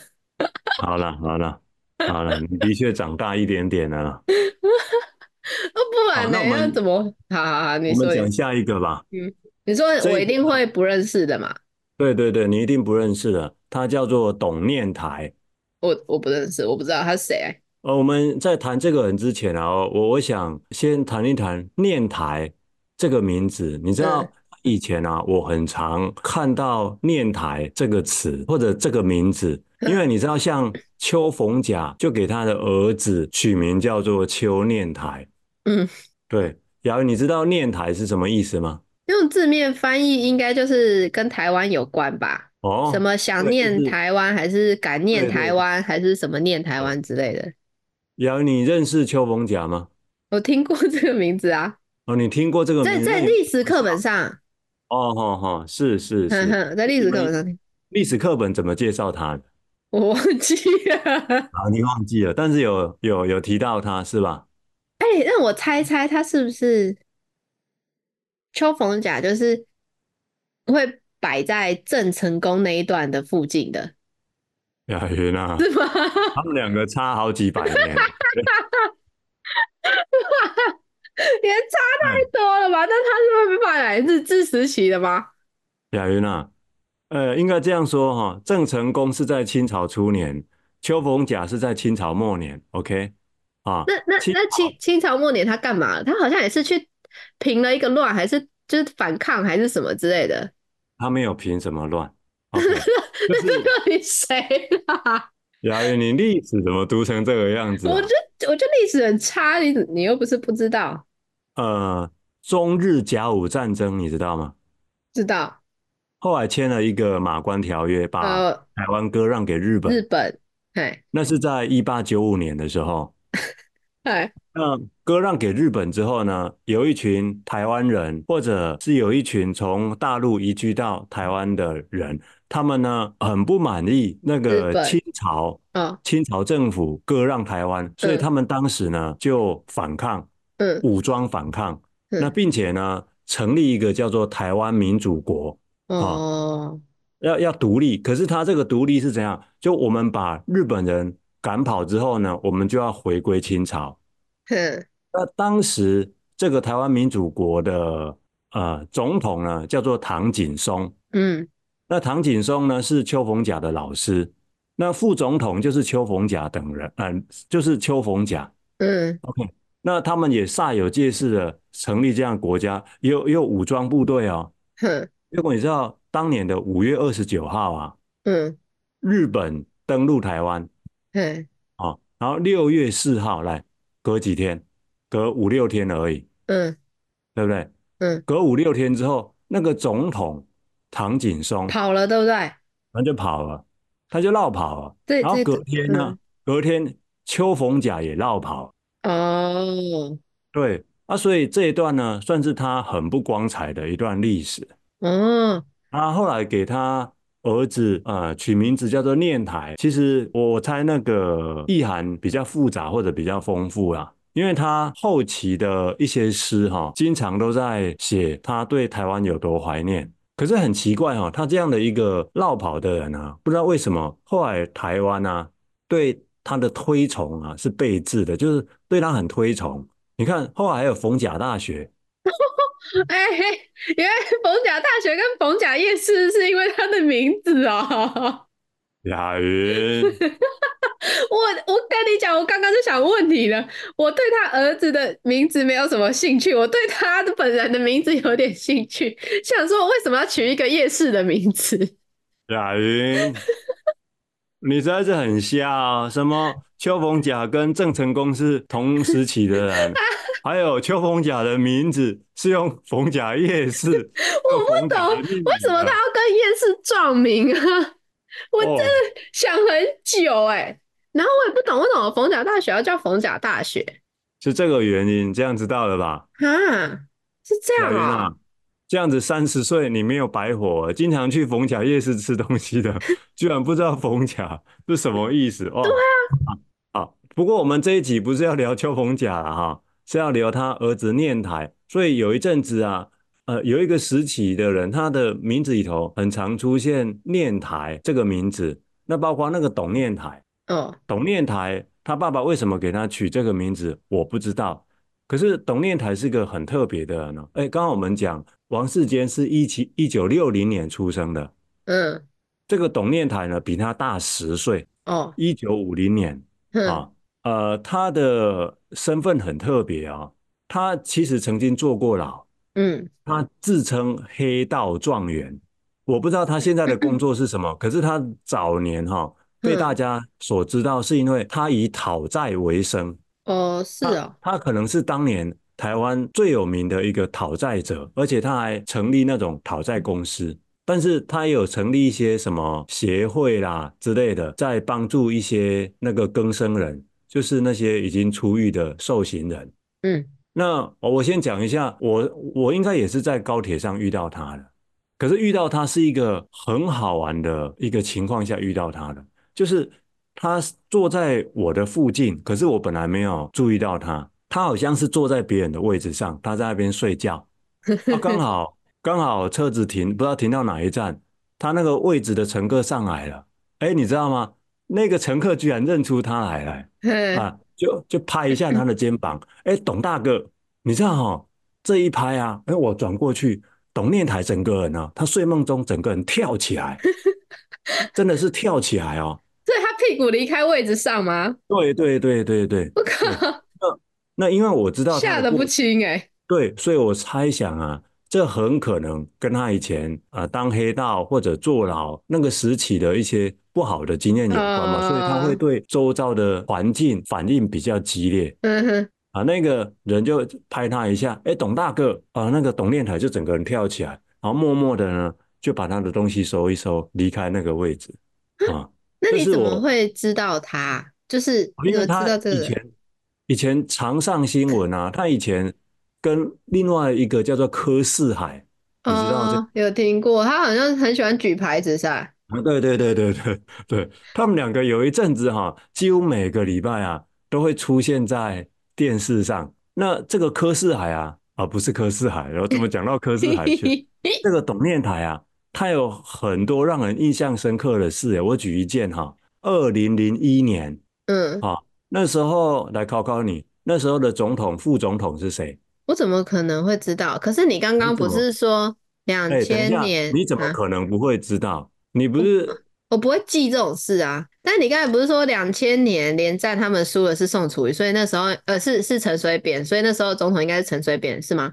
[SPEAKER 2] 好了好了好了，你的确长大一点点了啦。
[SPEAKER 1] 那不
[SPEAKER 2] 好，
[SPEAKER 1] 然呢？
[SPEAKER 2] 那我
[SPEAKER 1] 那
[SPEAKER 2] 们
[SPEAKER 1] 怎么？好好好，你
[SPEAKER 2] 我们
[SPEAKER 1] 说，你
[SPEAKER 2] 讲
[SPEAKER 1] 说，
[SPEAKER 2] 下一个吧。
[SPEAKER 1] 嗯，你说我
[SPEAKER 2] 这
[SPEAKER 1] 一定
[SPEAKER 2] 个
[SPEAKER 1] 会不认识的嘛？
[SPEAKER 2] 对对对，你一定不认识的，他叫做董念台。
[SPEAKER 1] 我我不认识，我不知道他是谁。啊
[SPEAKER 2] 呃，我们在谈这个人之前啊，我我想先谈一谈“念台”这个名字。你知道
[SPEAKER 1] 嗯
[SPEAKER 2] 以前啊，我很常看到“念台”这个词或者这个名字，
[SPEAKER 1] 嗯
[SPEAKER 2] 因为你知道，像邱逢甲就给他的儿子取名叫做邱念台。
[SPEAKER 1] 嗯，
[SPEAKER 2] 对，然后你知道“念台”是什么意思吗？
[SPEAKER 1] 用字面翻译应该就是跟台湾有关吧？
[SPEAKER 2] 哦，
[SPEAKER 1] 什么想
[SPEAKER 2] 对就
[SPEAKER 1] 念
[SPEAKER 2] 是
[SPEAKER 1] 台湾，还是感念
[SPEAKER 2] 对对
[SPEAKER 1] 台
[SPEAKER 2] 对
[SPEAKER 1] 湾，还是什么念台湾之类的？
[SPEAKER 2] 然后你认识邱逢甲吗？
[SPEAKER 1] 我听过这个名字啊，
[SPEAKER 2] 哦，你听过这个
[SPEAKER 1] 在
[SPEAKER 2] 名字？
[SPEAKER 1] 在
[SPEAKER 2] 那你
[SPEAKER 1] 历史课本上，
[SPEAKER 2] 哦，吼吼，是是
[SPEAKER 1] 嗯
[SPEAKER 2] 嗯
[SPEAKER 1] 哼
[SPEAKER 2] 是，
[SPEAKER 1] 哼，在历史课本上听，
[SPEAKER 2] 历史课本怎么介绍他的？
[SPEAKER 1] 我忘记了。
[SPEAKER 2] 啊，你忘记了，但是有有有提到他是吧？
[SPEAKER 1] 哎、让我猜猜，他是不是邱逢甲？就是会摆在郑成功那一段的附近的，
[SPEAKER 2] 雅云啊，
[SPEAKER 1] 是吗？
[SPEAKER 2] 他们两个差好几百 年。
[SPEAKER 1] 也差
[SPEAKER 2] 嗯
[SPEAKER 1] 太多了吧？但他是被卖来自自食其的吗？
[SPEAKER 2] 雅云啊，呃，应该这样说哈，郑成功是在清朝初年，邱逢甲是在清朝末年。OK，啊，
[SPEAKER 1] 那那
[SPEAKER 2] 清
[SPEAKER 1] 那清清朝末年他干嘛了？他好像也是去平了一个乱，还是就是反抗还是什么之类的？
[SPEAKER 2] 他没有凭什么乱。OK，就
[SPEAKER 1] 那这
[SPEAKER 2] 是
[SPEAKER 1] 到底谁啦？
[SPEAKER 2] 雅云，你历史怎么读成这个样子啊
[SPEAKER 1] 我觉得我觉得历史很差，你你又不是不知道，
[SPEAKER 2] 呃，中日甲午战争你知道吗？
[SPEAKER 1] 知道？
[SPEAKER 2] 后来签了一个马关条约，把
[SPEAKER 1] 呃，
[SPEAKER 2] 台湾割让给日本。
[SPEAKER 1] 日本，哎
[SPEAKER 2] 那是在一八九五年的时候，
[SPEAKER 1] 哎，
[SPEAKER 2] 那割让给日本之后呢，有一群台湾人，或者是有一群从大陆移居到台湾的人，他们呢很不满意那
[SPEAKER 1] 日
[SPEAKER 2] 个
[SPEAKER 1] 本
[SPEAKER 2] 清朝
[SPEAKER 1] 哦，
[SPEAKER 2] 清朝政府割让台湾，所以他们当时呢就反抗，
[SPEAKER 1] 嗯
[SPEAKER 2] 武装反抗，
[SPEAKER 1] 嗯
[SPEAKER 2] 那并且呢成立一个叫做台湾民主国。啊
[SPEAKER 1] 哦，
[SPEAKER 2] 要要独立，可是他这个独立是怎样？就我们把日本人赶跑之后呢，我们就要回归清朝。
[SPEAKER 1] 哼，
[SPEAKER 2] 那当时这个台湾民主国的呃总统呢，叫做唐景崧。
[SPEAKER 1] 嗯
[SPEAKER 2] 那唐景崧呢是邱逢甲的老师，那副总统就是邱逢甲等人，嗯、就是邱逢甲。
[SPEAKER 1] 嗯
[SPEAKER 2] OK，那他们也煞有介事的成立这样的国家，也有也有武装部队哦。
[SPEAKER 1] 哼
[SPEAKER 2] 结果你知道当年的五月二十九号啊。
[SPEAKER 1] 嗯
[SPEAKER 2] 日本登陆台湾
[SPEAKER 1] 哼
[SPEAKER 2] 啊、哦然后六月四号来，隔几天，隔五六天而已，
[SPEAKER 1] 嗯
[SPEAKER 2] 对不对？
[SPEAKER 1] 嗯，
[SPEAKER 2] 隔五六天之后，那个总统唐景崧
[SPEAKER 1] 跑了对不对？
[SPEAKER 2] 他就跑了，他就绕跑了。
[SPEAKER 1] 这
[SPEAKER 2] 然后
[SPEAKER 1] 这
[SPEAKER 2] 隔天呢，
[SPEAKER 1] 嗯
[SPEAKER 2] 隔天邱逢甲也绕跑。
[SPEAKER 1] 哦
[SPEAKER 2] 对啊，所以这一段呢，算是他很不光彩的一段历史。
[SPEAKER 1] 哦，
[SPEAKER 2] 他后来给他儿子呃取名字叫做念台。其实我我猜那个意涵比较复杂或者比较丰富啦，因为他后期的一些诗哈、经常都在写他对台湾有多怀念。可是很奇怪哦，他这样的一个绕跑的人啊，不知道为什么后来台湾啊对他的推崇啊是备至的，就是对他很推崇。你看后来还有逢甲大学，
[SPEAKER 1] 哎、嘿原来逢甲大学跟逢甲夜市是因为它的名字哦。
[SPEAKER 2] 雅云。
[SPEAKER 1] 我我跟你讲，我刚刚就想问你了，我对他儿子的名字没有什么兴趣，我对他的本人的名字有点兴趣，想说为什么要取一个夜市的名字？
[SPEAKER 2] 雅云， 你实在是很瞎啊！什么邱逢甲跟郑成功是同时期的 人，还有邱逢甲的名字是用逢甲夜市，
[SPEAKER 1] 我不
[SPEAKER 2] 哦用逢甲啊
[SPEAKER 1] 懂
[SPEAKER 2] 的命名
[SPEAKER 1] 为什么他
[SPEAKER 2] 的
[SPEAKER 1] 要跟夜市撞名啊？ 我
[SPEAKER 2] 哦
[SPEAKER 1] 真的想很久哎、然后我也不懂为什么逢甲大学要叫逢甲大学
[SPEAKER 2] 是这个原因，这样知道了吧？
[SPEAKER 1] 啊？是这
[SPEAKER 2] 雅
[SPEAKER 1] 样
[SPEAKER 2] 云
[SPEAKER 1] 啊、
[SPEAKER 2] 啊，这样子三十岁你没有白活，经常去逢甲夜市吃东西的， 居然不知道逢甲是什么意思哦。对啊，好，不过我们这一集不是要聊邱逢甲了哈，是要聊他儿子念台，所以有一阵子啊。呃，有一个时期的人，他的名字里头很常出现“念台”这个名字，那包括那个董念台，
[SPEAKER 1] 哦，
[SPEAKER 2] 董念台他爸爸为什么给他取这个名字，我不知道。可是董念台是个很特别的人哦。哎，刚刚我们讲王世坚是一七一九六零年出生的，
[SPEAKER 1] 嗯，
[SPEAKER 2] 这个董念台呢比他大十岁，
[SPEAKER 1] 哦，
[SPEAKER 2] 一九五零年
[SPEAKER 1] 哼，
[SPEAKER 2] 啊。呃，他的身份很特别啊，他其实曾经坐过牢，
[SPEAKER 1] 嗯，
[SPEAKER 2] 他自称黑道状元，我不知道他现在的工作是什么，可是他早年哈、被
[SPEAKER 1] 嗯
[SPEAKER 2] 大家所知道，是因为他以讨债为生。
[SPEAKER 1] 哦，是
[SPEAKER 2] 他
[SPEAKER 1] 哦，
[SPEAKER 2] 他可能是当年台湾最有名的一个讨债者，而且他还成立那种讨债公司，但是他也有成立一些什么协会啦之类的，在帮助一些那个更生人，就是那些已经出狱的受刑人。
[SPEAKER 1] 嗯
[SPEAKER 2] 那哦我先讲一下，我我应该也是在高铁上遇到他的，可是遇到他是一个很好玩的一个情况下遇到他的，就是他坐在我的附近，可是我本来没有注意到他，他好像是坐在别人的位置上，他在那边睡觉，啊，刚好刚好车子停，不知道停到哪一站，他那个位置的乘客上来了，哎，你知道吗？那个乘客居然认出他来了。
[SPEAKER 1] 嘿
[SPEAKER 2] 啊，就就拍一下他的肩膀，哎，董大哥，你知道哦，这一拍啊，哎，我转过去，董念台整个人啊，他睡梦中整个人跳起来，真的是跳起来哦，
[SPEAKER 1] 所以他屁股离开位置上吗？
[SPEAKER 2] 对对对对对，
[SPEAKER 1] 我靠，
[SPEAKER 2] 那因为我嗯知道 他
[SPEAKER 1] 吓
[SPEAKER 2] 的
[SPEAKER 1] 得不
[SPEAKER 2] 过
[SPEAKER 1] 轻哎、
[SPEAKER 2] 对，所以我猜想啊，这很可能跟他以前啊、呃当黑道或者坐牢那个时期的一些不好的经验有关嘛，所以他会
[SPEAKER 1] 啊
[SPEAKER 2] 对周遭的环境反应比较激烈。
[SPEAKER 1] 嗯哼，
[SPEAKER 2] 啊，那个人就拍他一下，哎，董大哥啊，那个董念台就整个人跳起来，然后默默的呢就把他的东西收一收，离开那个位置啊，
[SPEAKER 1] 那
[SPEAKER 2] 这
[SPEAKER 1] 你
[SPEAKER 2] 是
[SPEAKER 1] 怎
[SPEAKER 2] 我哦
[SPEAKER 1] 么会知道他？就是你
[SPEAKER 2] 因
[SPEAKER 1] 怎么知
[SPEAKER 2] 为他
[SPEAKER 1] 道这
[SPEAKER 2] 以
[SPEAKER 1] 个人？
[SPEAKER 2] 前以前常上新闻啊，他以前跟另外一个叫做柯世海，你知道这
[SPEAKER 1] 哦，有听过，他好像很喜欢举牌子噻。
[SPEAKER 2] 啊，对对对对对对，他们两个有一阵子哈、几乎每个礼拜啊都会出现在电视上。那这个柯世海啊，啊不是柯世海，然后怎么讲到柯世海去？这个董念台啊，他有很多让人印象深刻的事耶。我举一件哈、二零零一年
[SPEAKER 1] 嗯，
[SPEAKER 2] 那时候来考考你，那时候的总统、副总统是谁？
[SPEAKER 1] 我怎么可能会知道？可是你刚
[SPEAKER 2] 你
[SPEAKER 1] 刚
[SPEAKER 2] 怎
[SPEAKER 1] 不
[SPEAKER 2] 么？
[SPEAKER 1] 是说两
[SPEAKER 2] 哎，等一
[SPEAKER 1] 千
[SPEAKER 2] 下，
[SPEAKER 1] 年
[SPEAKER 2] 你怎么
[SPEAKER 1] 啊？
[SPEAKER 2] 可能不会知道？你不是
[SPEAKER 1] 我不会记这种事啊。但你刚才不是说两千年连战他们输的是宋楚瑜，所以那时候呃是是陈水扁，所以那时候总统应该是陈水扁是吗？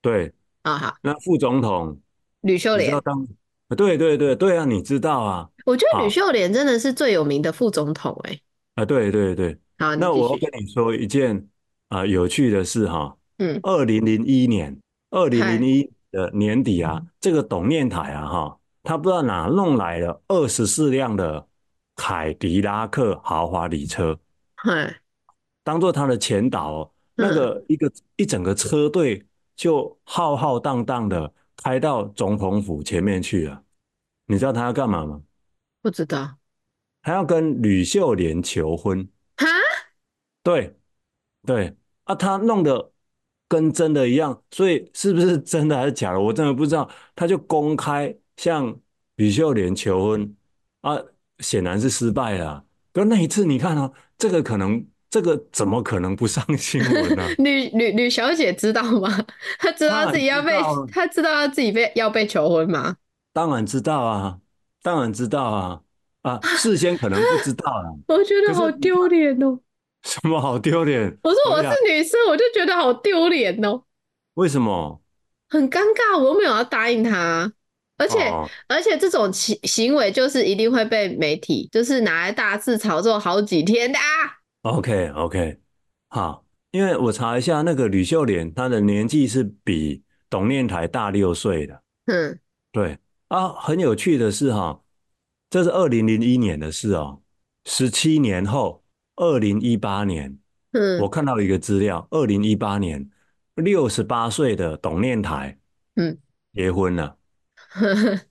[SPEAKER 2] 对
[SPEAKER 1] 啊、好，
[SPEAKER 2] 那副总统？
[SPEAKER 1] 吕秀
[SPEAKER 2] 你知
[SPEAKER 1] 莲，
[SPEAKER 2] 道当，对对对对啊，你知道啊，
[SPEAKER 1] 我觉得吕
[SPEAKER 2] 好
[SPEAKER 1] 秀莲真的是最有名的副总统哎、
[SPEAKER 2] 啊，对对对，
[SPEAKER 1] 好，你
[SPEAKER 2] 那
[SPEAKER 1] 继
[SPEAKER 2] 我要
[SPEAKER 1] 续。
[SPEAKER 2] 跟你说一件啊、有趣的事哈，
[SPEAKER 1] 嗯，
[SPEAKER 2] 二零零一年，二零零
[SPEAKER 1] 嗨，嗯
[SPEAKER 2] 一的年底啊，这个董念台啊哈，他不知道哪弄来了二十四辆的凯迪拉克豪华礼车，
[SPEAKER 1] 嗨，
[SPEAKER 2] 当做他的前导哦，那
[SPEAKER 1] 嗯，
[SPEAKER 2] 个一个一整个车队就浩浩荡荡的开到总统府前面去了，你知道他要干嘛吗？
[SPEAKER 1] 不知道。
[SPEAKER 2] 他要跟吕秀莲求婚，
[SPEAKER 1] 哈，
[SPEAKER 2] 对对啊，他弄得跟真的一样，所以是不是真的还是假的，我真的不知道。他就公开向吕秀莲求婚啊，显然是失败了啊。可那一次你看啊，这个可能这个怎么可能不上新闻呢、
[SPEAKER 1] 吕吕吕小姐知道吗？她知道
[SPEAKER 2] 当
[SPEAKER 1] 她自
[SPEAKER 2] 然
[SPEAKER 1] 己要
[SPEAKER 2] 知
[SPEAKER 1] 被，
[SPEAKER 2] 道啊，
[SPEAKER 1] 她知道她自己被要被求婚吗？
[SPEAKER 2] 当然知道啊，当然知道啊啊，事先可能不知道啦，
[SPEAKER 1] 我觉
[SPEAKER 2] 可
[SPEAKER 1] 得
[SPEAKER 2] 是
[SPEAKER 1] 好
[SPEAKER 2] 你看
[SPEAKER 1] 丢脸哦！
[SPEAKER 2] 什么好丢脸？
[SPEAKER 1] 我说
[SPEAKER 2] 我
[SPEAKER 1] 我
[SPEAKER 2] 跟你
[SPEAKER 1] 是
[SPEAKER 2] 讲，
[SPEAKER 1] 女生，我就觉得好丢脸哦，
[SPEAKER 2] 为什么？
[SPEAKER 1] 很尴尬，我又没有要答应她，啊而且
[SPEAKER 2] 哦，
[SPEAKER 1] 而且这种行行为就是一定会被媒体就是拿来大肆炒作好几天的啊！
[SPEAKER 2] OK OK，好，因为我查一下那个吕秀莲，她的年纪是比董念台大六岁的。
[SPEAKER 1] 嗯
[SPEAKER 2] 对啊，很有趣的是哈，这是二零零一年的事哦，十七年后，二零一八年，我
[SPEAKER 1] 嗯
[SPEAKER 2] 看到一个资料，二零一八年，六十八岁的董念台
[SPEAKER 1] 嗯，
[SPEAKER 2] 结婚 了。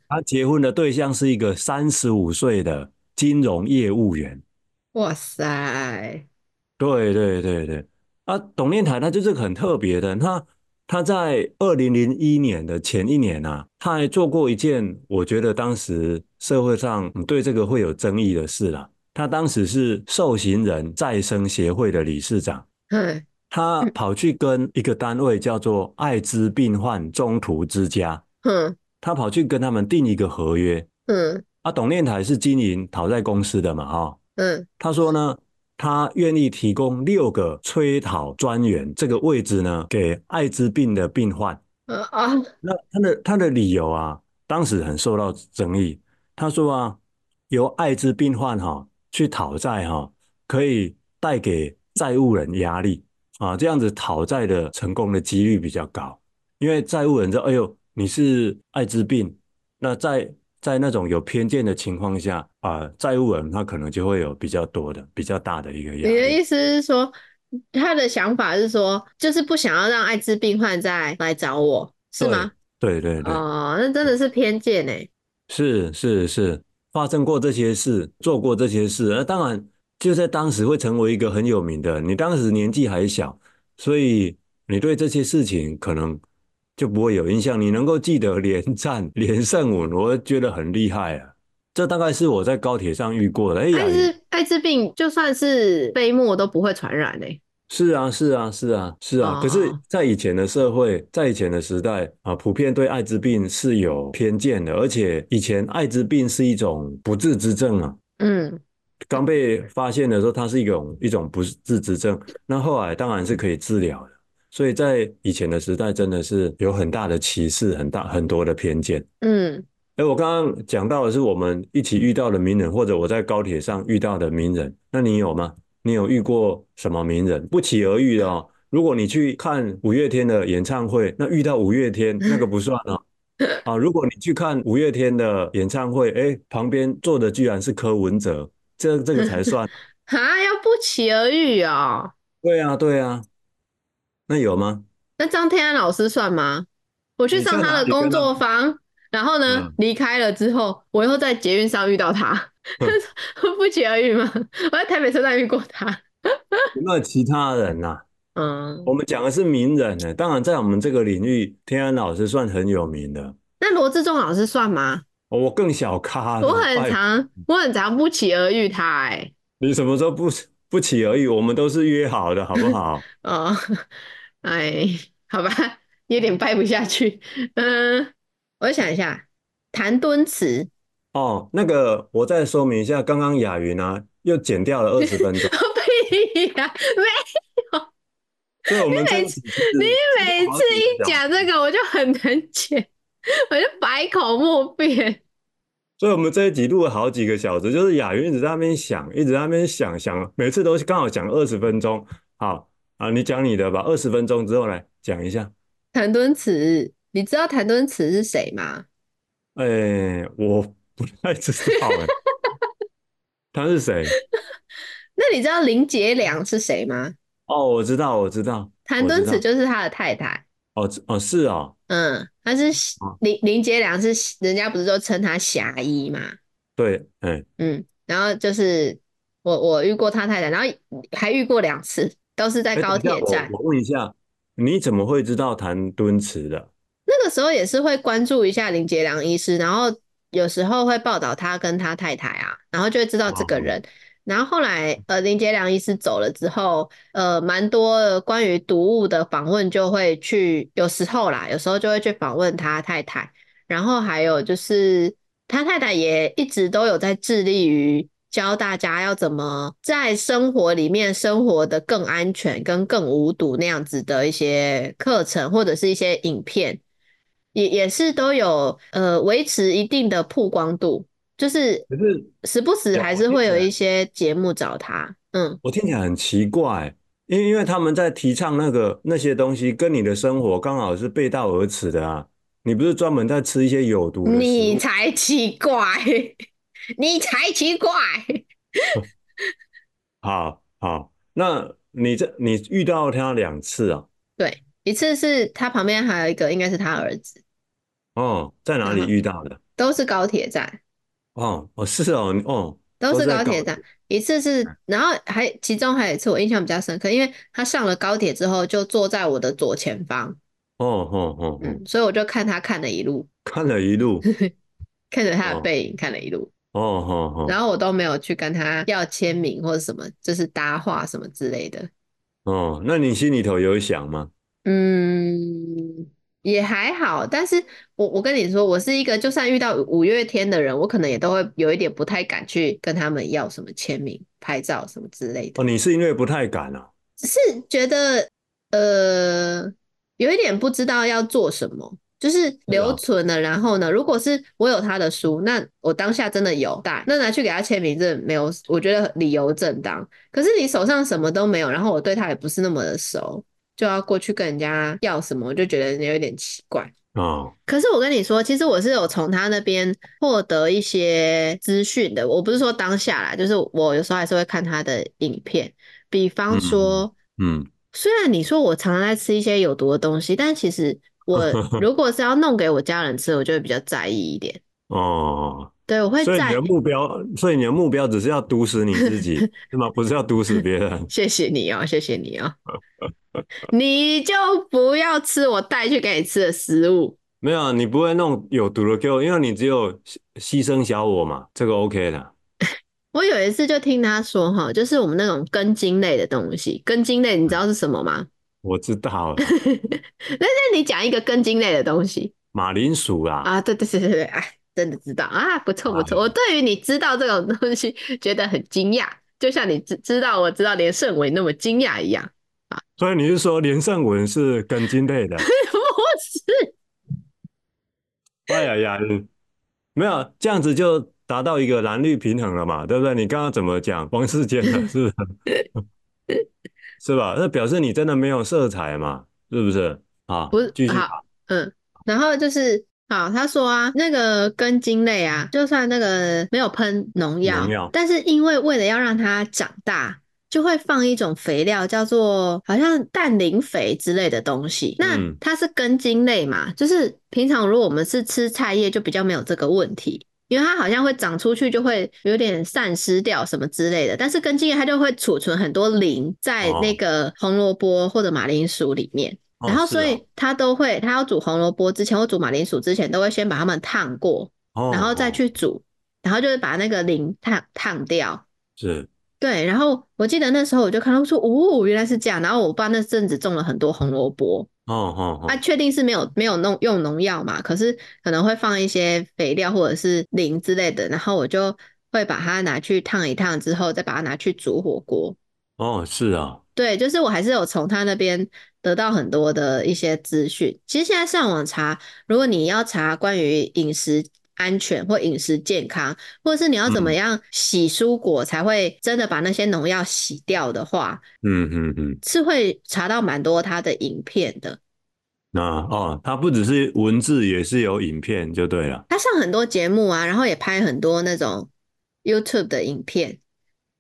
[SPEAKER 2] 他结婚的对象是一个三十五岁的金融业务员。
[SPEAKER 1] 哇塞，
[SPEAKER 2] 对对对对，啊，董念台他就是个很特别的，他他在二零零一年的前一年啊，他还做过一件我觉得当时社会上嗯对这个会有争议的事啦。他当时是受刑人再生协会的理事长，
[SPEAKER 1] 嗯
[SPEAKER 2] 他跑去跟一个单位叫做艾滋病患中途之家，
[SPEAKER 1] 嗯
[SPEAKER 2] 他跑去跟他们订一个合约。
[SPEAKER 1] 嗯
[SPEAKER 2] 啊，董念台是经营讨债公司的嘛，哈、
[SPEAKER 1] 嗯
[SPEAKER 2] 他说呢，他愿意提供六个催讨专员这个位置呢，给艾滋病的病患。
[SPEAKER 1] 呃啊，
[SPEAKER 2] 那他的他的理由啊，当时很受到争议。他说啊，由艾滋病患哈、去讨债哈、可以带给债务人压力啊，这样子讨债的成功的几率比较高，因为债务人知道，哎呦，你是艾滋病，那在在那种有偏见的情况下啊、债务人他可能就会有比较多的、比较大的一个压
[SPEAKER 1] 你的
[SPEAKER 2] 力。
[SPEAKER 1] 意思是说，他的想法是说，就是不想要让艾滋病患再来找我，是吗？
[SPEAKER 2] 对对对。
[SPEAKER 1] 哦，那真的是偏见欸呢。
[SPEAKER 2] 是是是，发生过这些事，做过这些事，那当然就在当时会成为一个很有名的人。你当时年纪还小，所以你对这些事情可能就不会有印象。你能够记得连战、连胜文，我觉得很厉害啊。这大概是我在高铁上遇过的。哎呀
[SPEAKER 1] 艾，滋艾滋病就算是飞沫都不会传染欸呢。
[SPEAKER 2] 是啊，是啊，是啊，是啊。可是
[SPEAKER 1] 哦，
[SPEAKER 2] 在以前的社会，在以前的时代啊，普遍对艾滋病是有偏见的，而且以前艾滋病是一种不治之症啊。
[SPEAKER 1] 嗯，
[SPEAKER 2] 刚被发现的时候，它是一种一种不治之症。那后来当然是可以治疗的，所以在以前的时代，真的是有很大的歧视，很大很多的偏见。
[SPEAKER 1] 嗯，
[SPEAKER 2] 哎，我刚刚讲到的是我们一起遇到的名人，或者我在高铁上遇到的名人。那你有吗？你有遇过什么名人？不期而遇的哦。如果你去看五月天的演唱会，那遇到五月天那个不算哦。啊，如果你去看五月天的演唱会，哎，旁边坐的居然是柯文哲，这这个才算。
[SPEAKER 1] 哈，要不期而遇哦。
[SPEAKER 2] 对啊，对啊，那有吗？
[SPEAKER 1] 那张天安老师算吗？我去
[SPEAKER 2] 你
[SPEAKER 1] 上
[SPEAKER 2] 在
[SPEAKER 1] 他
[SPEAKER 2] 哪
[SPEAKER 1] 的
[SPEAKER 2] 里跟
[SPEAKER 1] 工
[SPEAKER 2] 他
[SPEAKER 1] 作坊，然后呢
[SPEAKER 2] 嗯，
[SPEAKER 1] 离开了之后，我又在捷运上遇到他， 不期而遇嘛。我在台北车站遇过他。
[SPEAKER 2] 有没有其他人呐、
[SPEAKER 1] 嗯，
[SPEAKER 2] 我们讲的是名人呢、当然在我们这个领域，天安老师算很有名的。
[SPEAKER 1] 那罗志忠老师算吗？
[SPEAKER 2] 哦我更小咖了，
[SPEAKER 1] 我很
[SPEAKER 2] 拜
[SPEAKER 1] 常，我很常不期而遇他、欸，
[SPEAKER 2] 你什么时候不不期而遇？我们都是约好的，好不好？
[SPEAKER 1] 哦， 哎，好吧，有点掰不下去。嗯，我想一下，谭敦慈，
[SPEAKER 2] 哦，那个我再说明一下，刚刚雅云啊又减掉了二十分钟，
[SPEAKER 1] 屁呀、
[SPEAKER 2] 所以我们这一集其实
[SPEAKER 1] 每每次一讲这个，我就很难解，我就百口莫辩。
[SPEAKER 2] 所以我们这一集录了好几个小时，就是雅云一直在那边想，一直在那边想想，每次都是刚好讲二十分钟。好啊，你讲你的吧，二十分钟之后来讲一下。
[SPEAKER 1] 谭敦慈，你知道谭敦慈是谁吗？
[SPEAKER 2] 哎、我不太知道哎、他是谁？
[SPEAKER 1] 那你知道林杰良是谁吗？
[SPEAKER 2] 哦，我知道，我知道，
[SPEAKER 1] 谭
[SPEAKER 2] 我
[SPEAKER 1] 敦
[SPEAKER 2] 知道
[SPEAKER 1] 慈。就是他的太太。
[SPEAKER 2] 哦哦，是哦，
[SPEAKER 1] 嗯，他是喜
[SPEAKER 2] 哦
[SPEAKER 1] 林林杰良是喜人家不是都称他侠医嘛？
[SPEAKER 2] 对，哎，
[SPEAKER 1] 嗯，然后就是我我遇过他太太，然后还遇过两次，都是在
[SPEAKER 2] 哎，
[SPEAKER 1] 高
[SPEAKER 2] 等一下，
[SPEAKER 1] 铁站。
[SPEAKER 2] 我我问一下，你怎么会知道谭敦慈的？
[SPEAKER 1] 那个时候也是会关注一下林杰良医师，然后有时候会报道他跟他太太啊，然后就会知道这个人。然后后来，呃，林杰良医师走了之后，呃，蛮多的关于毒物的访问就会去，有时候啦，有时候就会去访问他太太。然后还有就是，他太太也一直都有在致力于教大家要怎么在生活里面生活的更安全、跟更无毒那样子的一些课程或者是一些影片。也也是都有呃维持一定的曝光度，就是
[SPEAKER 2] 可是
[SPEAKER 1] 时不时
[SPEAKER 2] 有
[SPEAKER 1] 还是会有
[SPEAKER 2] 听
[SPEAKER 1] 一
[SPEAKER 2] 起来
[SPEAKER 1] 些节目找他。嗯，
[SPEAKER 2] 我听起来很奇怪，因为因为他们在提倡那个那些东西，跟你的生活刚好是背道而驰的啊。你不是专门在吃一些有毒的食
[SPEAKER 1] 你
[SPEAKER 2] 物？
[SPEAKER 1] 才奇怪， 你才奇怪。
[SPEAKER 2] 好好，那你这你遇到他两次啊？
[SPEAKER 1] 对，一次是他旁边还有一个，应该是他儿子，
[SPEAKER 2] 哦，在哪里遇到的？
[SPEAKER 1] 都是高铁站，
[SPEAKER 2] 哦哦，是哦哦，
[SPEAKER 1] 都
[SPEAKER 2] 都
[SPEAKER 1] 是
[SPEAKER 2] 在
[SPEAKER 1] 高
[SPEAKER 2] 搞
[SPEAKER 1] 铁站。一次是，然后还其中还有一次我印象比较深刻，因为他上了高铁之后就坐在我的左前方，
[SPEAKER 2] 哦哦哦哦，
[SPEAKER 1] 嗯，所以我就看他看了一路，
[SPEAKER 2] 看了一 路，
[SPEAKER 1] 看着他的
[SPEAKER 2] 哦
[SPEAKER 1] 背影看了一路。
[SPEAKER 2] 哦哦哦。
[SPEAKER 1] 然后我都没有去跟他要签名或者什么，就是搭话什么之类的。
[SPEAKER 2] 哦，那你心里头有想吗？
[SPEAKER 1] 嗯，也还好，但是我我跟你说，我是一个就算遇到五月天的人，我可能也都会有一点不太敢去跟他们要什么签名，拍照什么之类的
[SPEAKER 2] 哦，，你是因为不太敢啊？
[SPEAKER 1] 只是觉得呃有一点不知道要做什么。就是留存了，然后呢？如果是我有他的书，那我当下真的有带，那拿去给他签名，这没有，我觉得理由正当。可是你手上什么都没有，然后我对他也不是那么的熟，就要过去跟人家要什么，我就觉得有点奇怪。
[SPEAKER 2] 哦，
[SPEAKER 1] 可是我跟你说，其实我是有从他那边获得一些资讯的。我不是说当下啦，就是我有时候还是会看他的影片。比方说，
[SPEAKER 2] 嗯，
[SPEAKER 1] 虽然你说我常常在吃一些有毒的东西，但其实 我如果是要弄给我家人吃，我就会比较在意一点。
[SPEAKER 2] 哦，
[SPEAKER 1] 对，我会
[SPEAKER 2] 所以你
[SPEAKER 1] 在
[SPEAKER 2] 的
[SPEAKER 1] 意。
[SPEAKER 2] 目标，所以你的目标只是要毒死你自 己，是吗？不是要毒死别人。
[SPEAKER 1] 谢谢你哦，谢谢你 哦。你就不要吃我带去给你吃的食物。
[SPEAKER 2] 没有，啊你不会弄有毒的给我，因为你只有牺牺牲小我嘛，这个 OK 的。
[SPEAKER 1] 我有一次就听他说哈，就是我们那种根茎类的东西，根茎类你
[SPEAKER 2] 嗯
[SPEAKER 1] 知道是什么吗？
[SPEAKER 2] 我知道了，
[SPEAKER 1] 那那你讲一个根茎类的东西
[SPEAKER 2] 马铃薯啦，
[SPEAKER 1] 啊？对对对对对，哎，真的知道啊，不错不错。
[SPEAKER 2] 哎
[SPEAKER 1] 我对于你知道这种东西觉得很惊讶，就像你知知道我知道连胜伟那么惊讶一样。
[SPEAKER 2] 所以你是说连胜文是根茎类的？
[SPEAKER 1] 不是，
[SPEAKER 2] 哎呀呀，没有，啊这样子就达到一个蓝绿平衡了嘛，对不对？你刚刚怎么讲王世坚的，是不是？ 是吧？那表示你真的没有色彩嘛，是不是？啊，
[SPEAKER 1] 不是
[SPEAKER 2] 继续
[SPEAKER 1] 好嗯，然后就是好，他说啊，那个根茎类啊，就算那个没有喷农药，
[SPEAKER 2] 农药
[SPEAKER 1] 但是因为为了要让它长大。就会放一种肥料，叫做好像氮磷肥之类的东西。那
[SPEAKER 2] 嗯
[SPEAKER 1] 它是根茎类嘛，就是平常如果我们是吃菜叶，就比较没有这个问题，因为它好像会长出去，就会有点散失掉什么之类的。但是根茎类它就会储存很多磷在
[SPEAKER 2] 哦
[SPEAKER 1] 那个红萝卜或者马铃薯里面。
[SPEAKER 2] 哦
[SPEAKER 1] 然后
[SPEAKER 2] 是哦
[SPEAKER 1] 所以他都会，他要煮红萝卜之前或煮马铃薯之前，都会先把它们烫过，
[SPEAKER 2] 哦
[SPEAKER 1] 然后再
[SPEAKER 2] 哦
[SPEAKER 1] 去煮，然后就是把那个磷烫烫掉。
[SPEAKER 2] 是
[SPEAKER 1] 对，然后我记得那时候我就看到说，哦，原来是这样。然后我爸那阵子种了很多红萝卜，
[SPEAKER 2] 哦哦哦
[SPEAKER 1] 他确定是没有没有弄用农药嘛，可是可能会放一些肥料或者是磷之类的，然后我就会把它拿去烫一烫之后，再把它拿去煮火锅。
[SPEAKER 2] 哦是啊，
[SPEAKER 1] 对，就是我还是有从他那边得到很多的一些资讯。其实现在上网查，如果你要查关于饮食安全或饮食健康，或者是你要怎么
[SPEAKER 2] 嗯
[SPEAKER 1] 样洗蔬果才会真的把那些农药洗掉的话，
[SPEAKER 2] 嗯嗯嗯，
[SPEAKER 1] 是会查到蛮多他的影片的。
[SPEAKER 2] 那哦，它不只是文字，也是有影片就对了。
[SPEAKER 1] 他上很多节目啊，然后也拍很多那种 YouTube 的影片。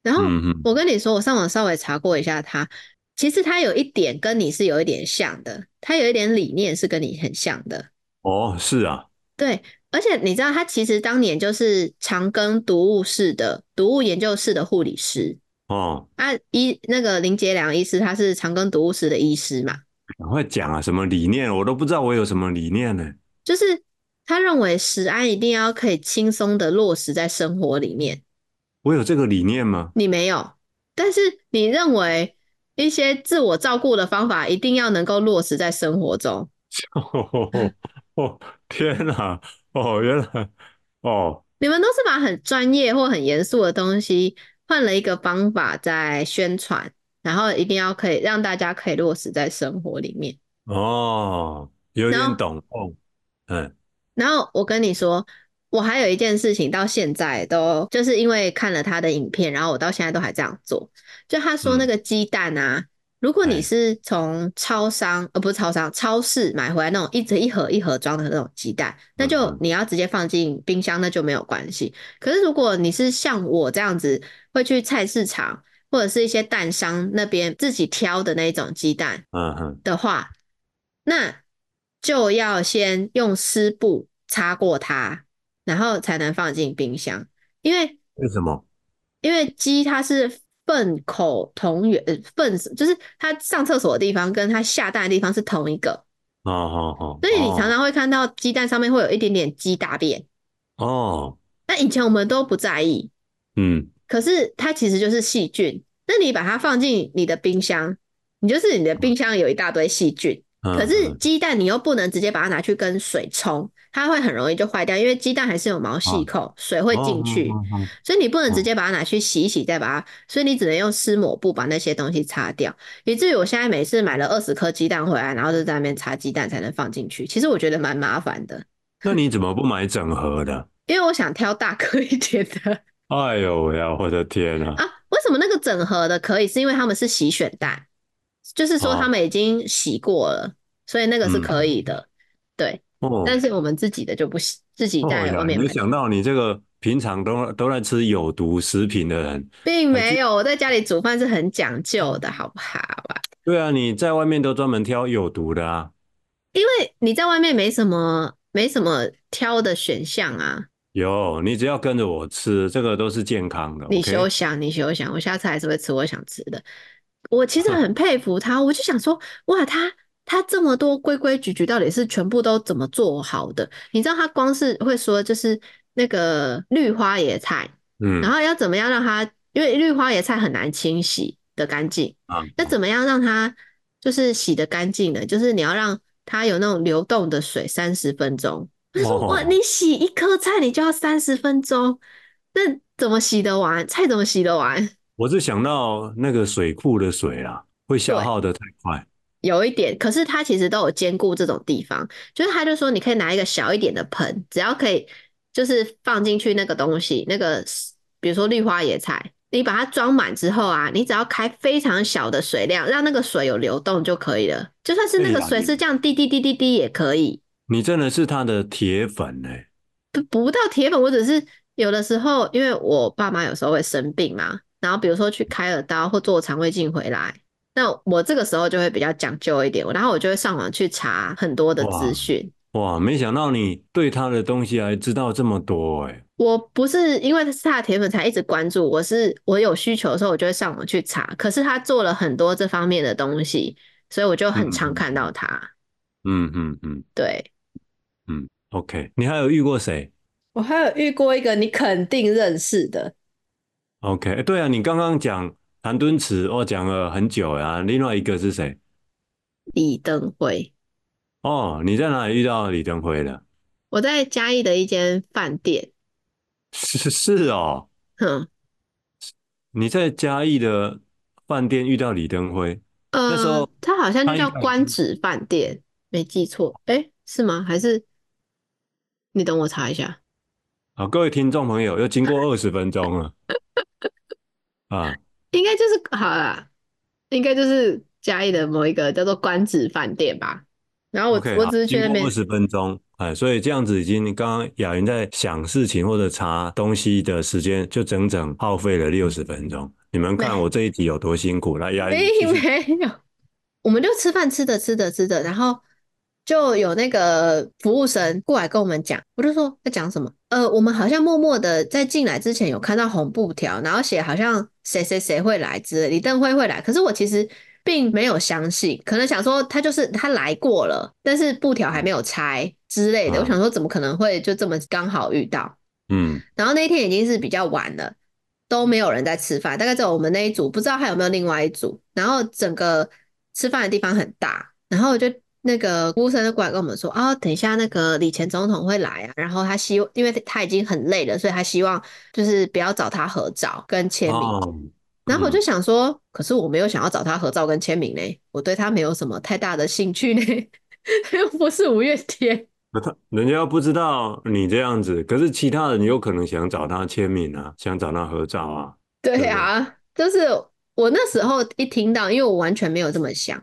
[SPEAKER 1] 然后
[SPEAKER 2] 嗯嗯
[SPEAKER 1] 我跟你说，我上网稍微查过一下他，其实他有一点跟你是有一点像的，他有一点理念是跟你很像的。
[SPEAKER 2] 哦是啊，
[SPEAKER 1] 对，而且你知道，他其实当年就是长庚毒物室的毒物研究室的护理师
[SPEAKER 2] 哦，
[SPEAKER 1] 啊，医那个林杰良医师，他是长庚毒物室的医师嘛，
[SPEAKER 2] 赶快讲啊，什么理念？我都不知道我有什么理念呢。
[SPEAKER 1] 就是他认为食安一定要可以轻松的落实在生活里面。
[SPEAKER 2] 我有这个理念吗？
[SPEAKER 1] 你没有，但是你认为一些自我照顾的方法一定要能够落实在生活中，
[SPEAKER 2] 哦哦哦！天哪！哦，原来哦，
[SPEAKER 1] 你们都是把很专业或很严肃的东西换了一个方法在宣传，然后一定要可以让大家可以落实在生活里面。
[SPEAKER 2] 哦，有
[SPEAKER 1] 然后
[SPEAKER 2] 点懂哦，嗯，
[SPEAKER 1] 然后我跟你说，我还有一件事情到现在都就是因为看了他的影片，然后我到现在都还这样做。就他说那
[SPEAKER 2] 嗯
[SPEAKER 1] 个鸡蛋啊，如果你
[SPEAKER 2] 哎
[SPEAKER 1] 是从超商呃不是超商超市买回来那种一直一盒一盒装的那种鸡蛋，那就
[SPEAKER 2] 嗯
[SPEAKER 1] 你要直接放进冰箱，那就没有关系。可是如果你是像我这样子会去菜市场或者是一些蛋商那边自己挑的那种鸡蛋，
[SPEAKER 2] 嗯嗯，
[SPEAKER 1] 的话，那就要先用湿布擦过它，然后才能放进冰箱。因为
[SPEAKER 2] 为什么？
[SPEAKER 1] 因为鸡它是粪口同源，呃粪就是它上厕所的地方跟它下蛋的地方是同一个，
[SPEAKER 2] 哦哦哦，
[SPEAKER 1] 所以你
[SPEAKER 2] 哦
[SPEAKER 1] 常常会看到鸡蛋上面会有一点点鸡大便。
[SPEAKER 2] 哦，
[SPEAKER 1] 那以前我们都不在意，
[SPEAKER 2] 嗯，
[SPEAKER 1] 可是它其实就是细菌。那你把它放进你的冰箱，你就是你的冰箱有一大堆细菌。
[SPEAKER 2] 可
[SPEAKER 1] 可是鸡蛋你又不能直接把它拿去跟水冲，它会很容易就坏掉，因为鸡蛋还是有毛细孔，水会
[SPEAKER 2] 哦
[SPEAKER 1] 进去，
[SPEAKER 2] 哦哦
[SPEAKER 1] 所以你不能直接把它拿去洗一洗再把它，所以你只能用湿抹布把那些东西擦掉。以至于我现在每次买了二十颗鸡蛋回来，然后就在那边擦鸡蛋才能放进去。其实我觉得蛮麻烦的，
[SPEAKER 2] 那你怎么不买整盒的？
[SPEAKER 1] 因为我想挑大颗一点 的
[SPEAKER 2] 哎呦喂啊！我的天啊！
[SPEAKER 1] 啊。为什么那个整盒的可以？是因为他们是洗选蛋，就是说
[SPEAKER 2] 哦嗯
[SPEAKER 1] 他们已经洗过了，所以那个是可以的。对，
[SPEAKER 2] 哦，
[SPEAKER 1] 啊但是我们自己的就不行，自己
[SPEAKER 2] 哦
[SPEAKER 1] 在
[SPEAKER 2] 呀
[SPEAKER 1] 外面
[SPEAKER 2] 没
[SPEAKER 1] 买，
[SPEAKER 2] 想到你这个平常都都在吃有毒食品的人，
[SPEAKER 1] 并没有。我在家里煮饭是很讲究的，好不好啊？
[SPEAKER 2] 对啊，你在外面都专门挑有毒的啊。
[SPEAKER 1] 因为你在外面没什么没什么挑的选项啊。
[SPEAKER 2] 有，你只要跟着我吃，这个都是健康的。
[SPEAKER 1] 你
[SPEAKER 2] OK，
[SPEAKER 1] 休想，你休想！我下次还是会吃我想吃的。我其实
[SPEAKER 2] 啊
[SPEAKER 1] 很佩服他，我就想说，哇，他他这么多规规矩矩，到底是全部都怎么做好的？你知道他光是会说，就是那个绿花椰菜，
[SPEAKER 2] 嗯
[SPEAKER 1] 然后要怎么样让它，因为绿花椰菜很难清洗的干净，
[SPEAKER 2] 啊，
[SPEAKER 1] 那怎么样让它就是洗的干净呢？就是你要让它有那种流动的水三十分钟。我就说
[SPEAKER 2] 哦
[SPEAKER 1] 哇，你洗一颗菜你就要三十分钟，那怎么洗得完？菜怎么洗得完？
[SPEAKER 2] 我是想到那个水库的水啊，会消
[SPEAKER 1] 对
[SPEAKER 2] 耗的太快。
[SPEAKER 1] 有一点，可是它其实都有兼顾这种地方，就是他就说你可以拿一个小一点的盆，只要可以就是放进去那个东西，那个比如说绿花野菜，你把它装满之后啊，你只要开非常小的水量，让那个水有流动就可以了。就算是那
[SPEAKER 2] 哎
[SPEAKER 1] 个
[SPEAKER 2] 呀
[SPEAKER 1] 水
[SPEAKER 2] 你
[SPEAKER 1] 是这样滴滴滴滴滴也可以，
[SPEAKER 2] 你真的是他的铁粉欸呢、
[SPEAKER 1] 不不到铁粉，我只是有的时候，因为我爸妈有时候会生病嘛，然后比如说去开了刀或做肠胃镜回来，那我这个时候就会比较讲究一点，然后我就会上网去查很多的资讯。
[SPEAKER 2] 哇，没想到你对他的东西还知道这么多哎、
[SPEAKER 1] 我不是因为他是他的铁粉才一直关注，我是我有需求的时候我就会上网去查，可是他做了很多这方面的东西，所以我就很常看到他。
[SPEAKER 2] 嗯嗯嗯
[SPEAKER 1] 对，
[SPEAKER 2] ，OK，你还有遇过谁
[SPEAKER 1] 我还有遇过一个你肯定认识的，
[SPEAKER 2] ？OK，哎对啊，你刚刚讲谭敦慈，我、讲了很久啊。另外一个是谁？
[SPEAKER 1] 李登辉。
[SPEAKER 2] 哦，你在哪里遇到李登辉的？
[SPEAKER 1] 我在嘉义的一间饭店，
[SPEAKER 2] 是是哦，
[SPEAKER 1] 哼，
[SPEAKER 2] 你在嘉义的饭店遇到李登辉，那时
[SPEAKER 1] 呃
[SPEAKER 2] 候，
[SPEAKER 1] 它好像就
[SPEAKER 2] 他
[SPEAKER 1] 叫
[SPEAKER 2] 应该已
[SPEAKER 1] 官
[SPEAKER 2] 经
[SPEAKER 1] 职饭店，没记错，诶，是吗？还是你等我查一下。
[SPEAKER 2] 好，各位听众朋友，又经过二十分钟了啊，
[SPEAKER 1] 应该就是好啦，应该就是嘉义的某一个叫做官职饭店吧。然后我
[SPEAKER 2] OK，
[SPEAKER 1] 我
[SPEAKER 2] 好
[SPEAKER 1] 只是去
[SPEAKER 2] 经
[SPEAKER 1] 那
[SPEAKER 2] 过
[SPEAKER 1] 边
[SPEAKER 2] 二十分钟，哎，所以这样子已经刚刚雅云在想事情或者查东西的时间，就整整耗费了六十分钟。你们看
[SPEAKER 1] 没
[SPEAKER 2] 我这一集有多辛苦，来，雅云
[SPEAKER 1] 并
[SPEAKER 2] 继续
[SPEAKER 1] 没有，我们就吃饭吃着吃着吃着，然后就有那个服务生过来跟我们讲，我就说在讲什么？呃，我们好像默默的在进来之前有看到红布条，然后写好像谁谁谁会来之类，李登辉会来，可是我其实并没有相信，可能想说他就是他来过了，但是布条还没有拆之类的，我
[SPEAKER 2] 嗯
[SPEAKER 1] 想说怎么可能会就这么刚好遇到？
[SPEAKER 2] 嗯，
[SPEAKER 1] 然后那一天已经是比较晚了，都没有人在吃饭，大概只有我们那一组，不知道还有没有另外一组。然后整个吃饭的地方很大，然后我就那个服务生就过来跟我们说，哦，等一下那个李前总统会来啊，然后他希望，因为他已经很累了，所以他希望就是不要找他合照跟签名。
[SPEAKER 2] 哦，
[SPEAKER 1] 然后我就想说，可是我没有想要找他合照跟签名嘞，我对他没有什么太大的兴趣嘞， 又不是五月天。
[SPEAKER 2] 那他人家不知道你这样子，可是其他人有可能想找他签名啊，想找他合照啊。
[SPEAKER 1] 对
[SPEAKER 2] 对
[SPEAKER 1] 啊，就是我那时候一听到，因为我完全没有这么想，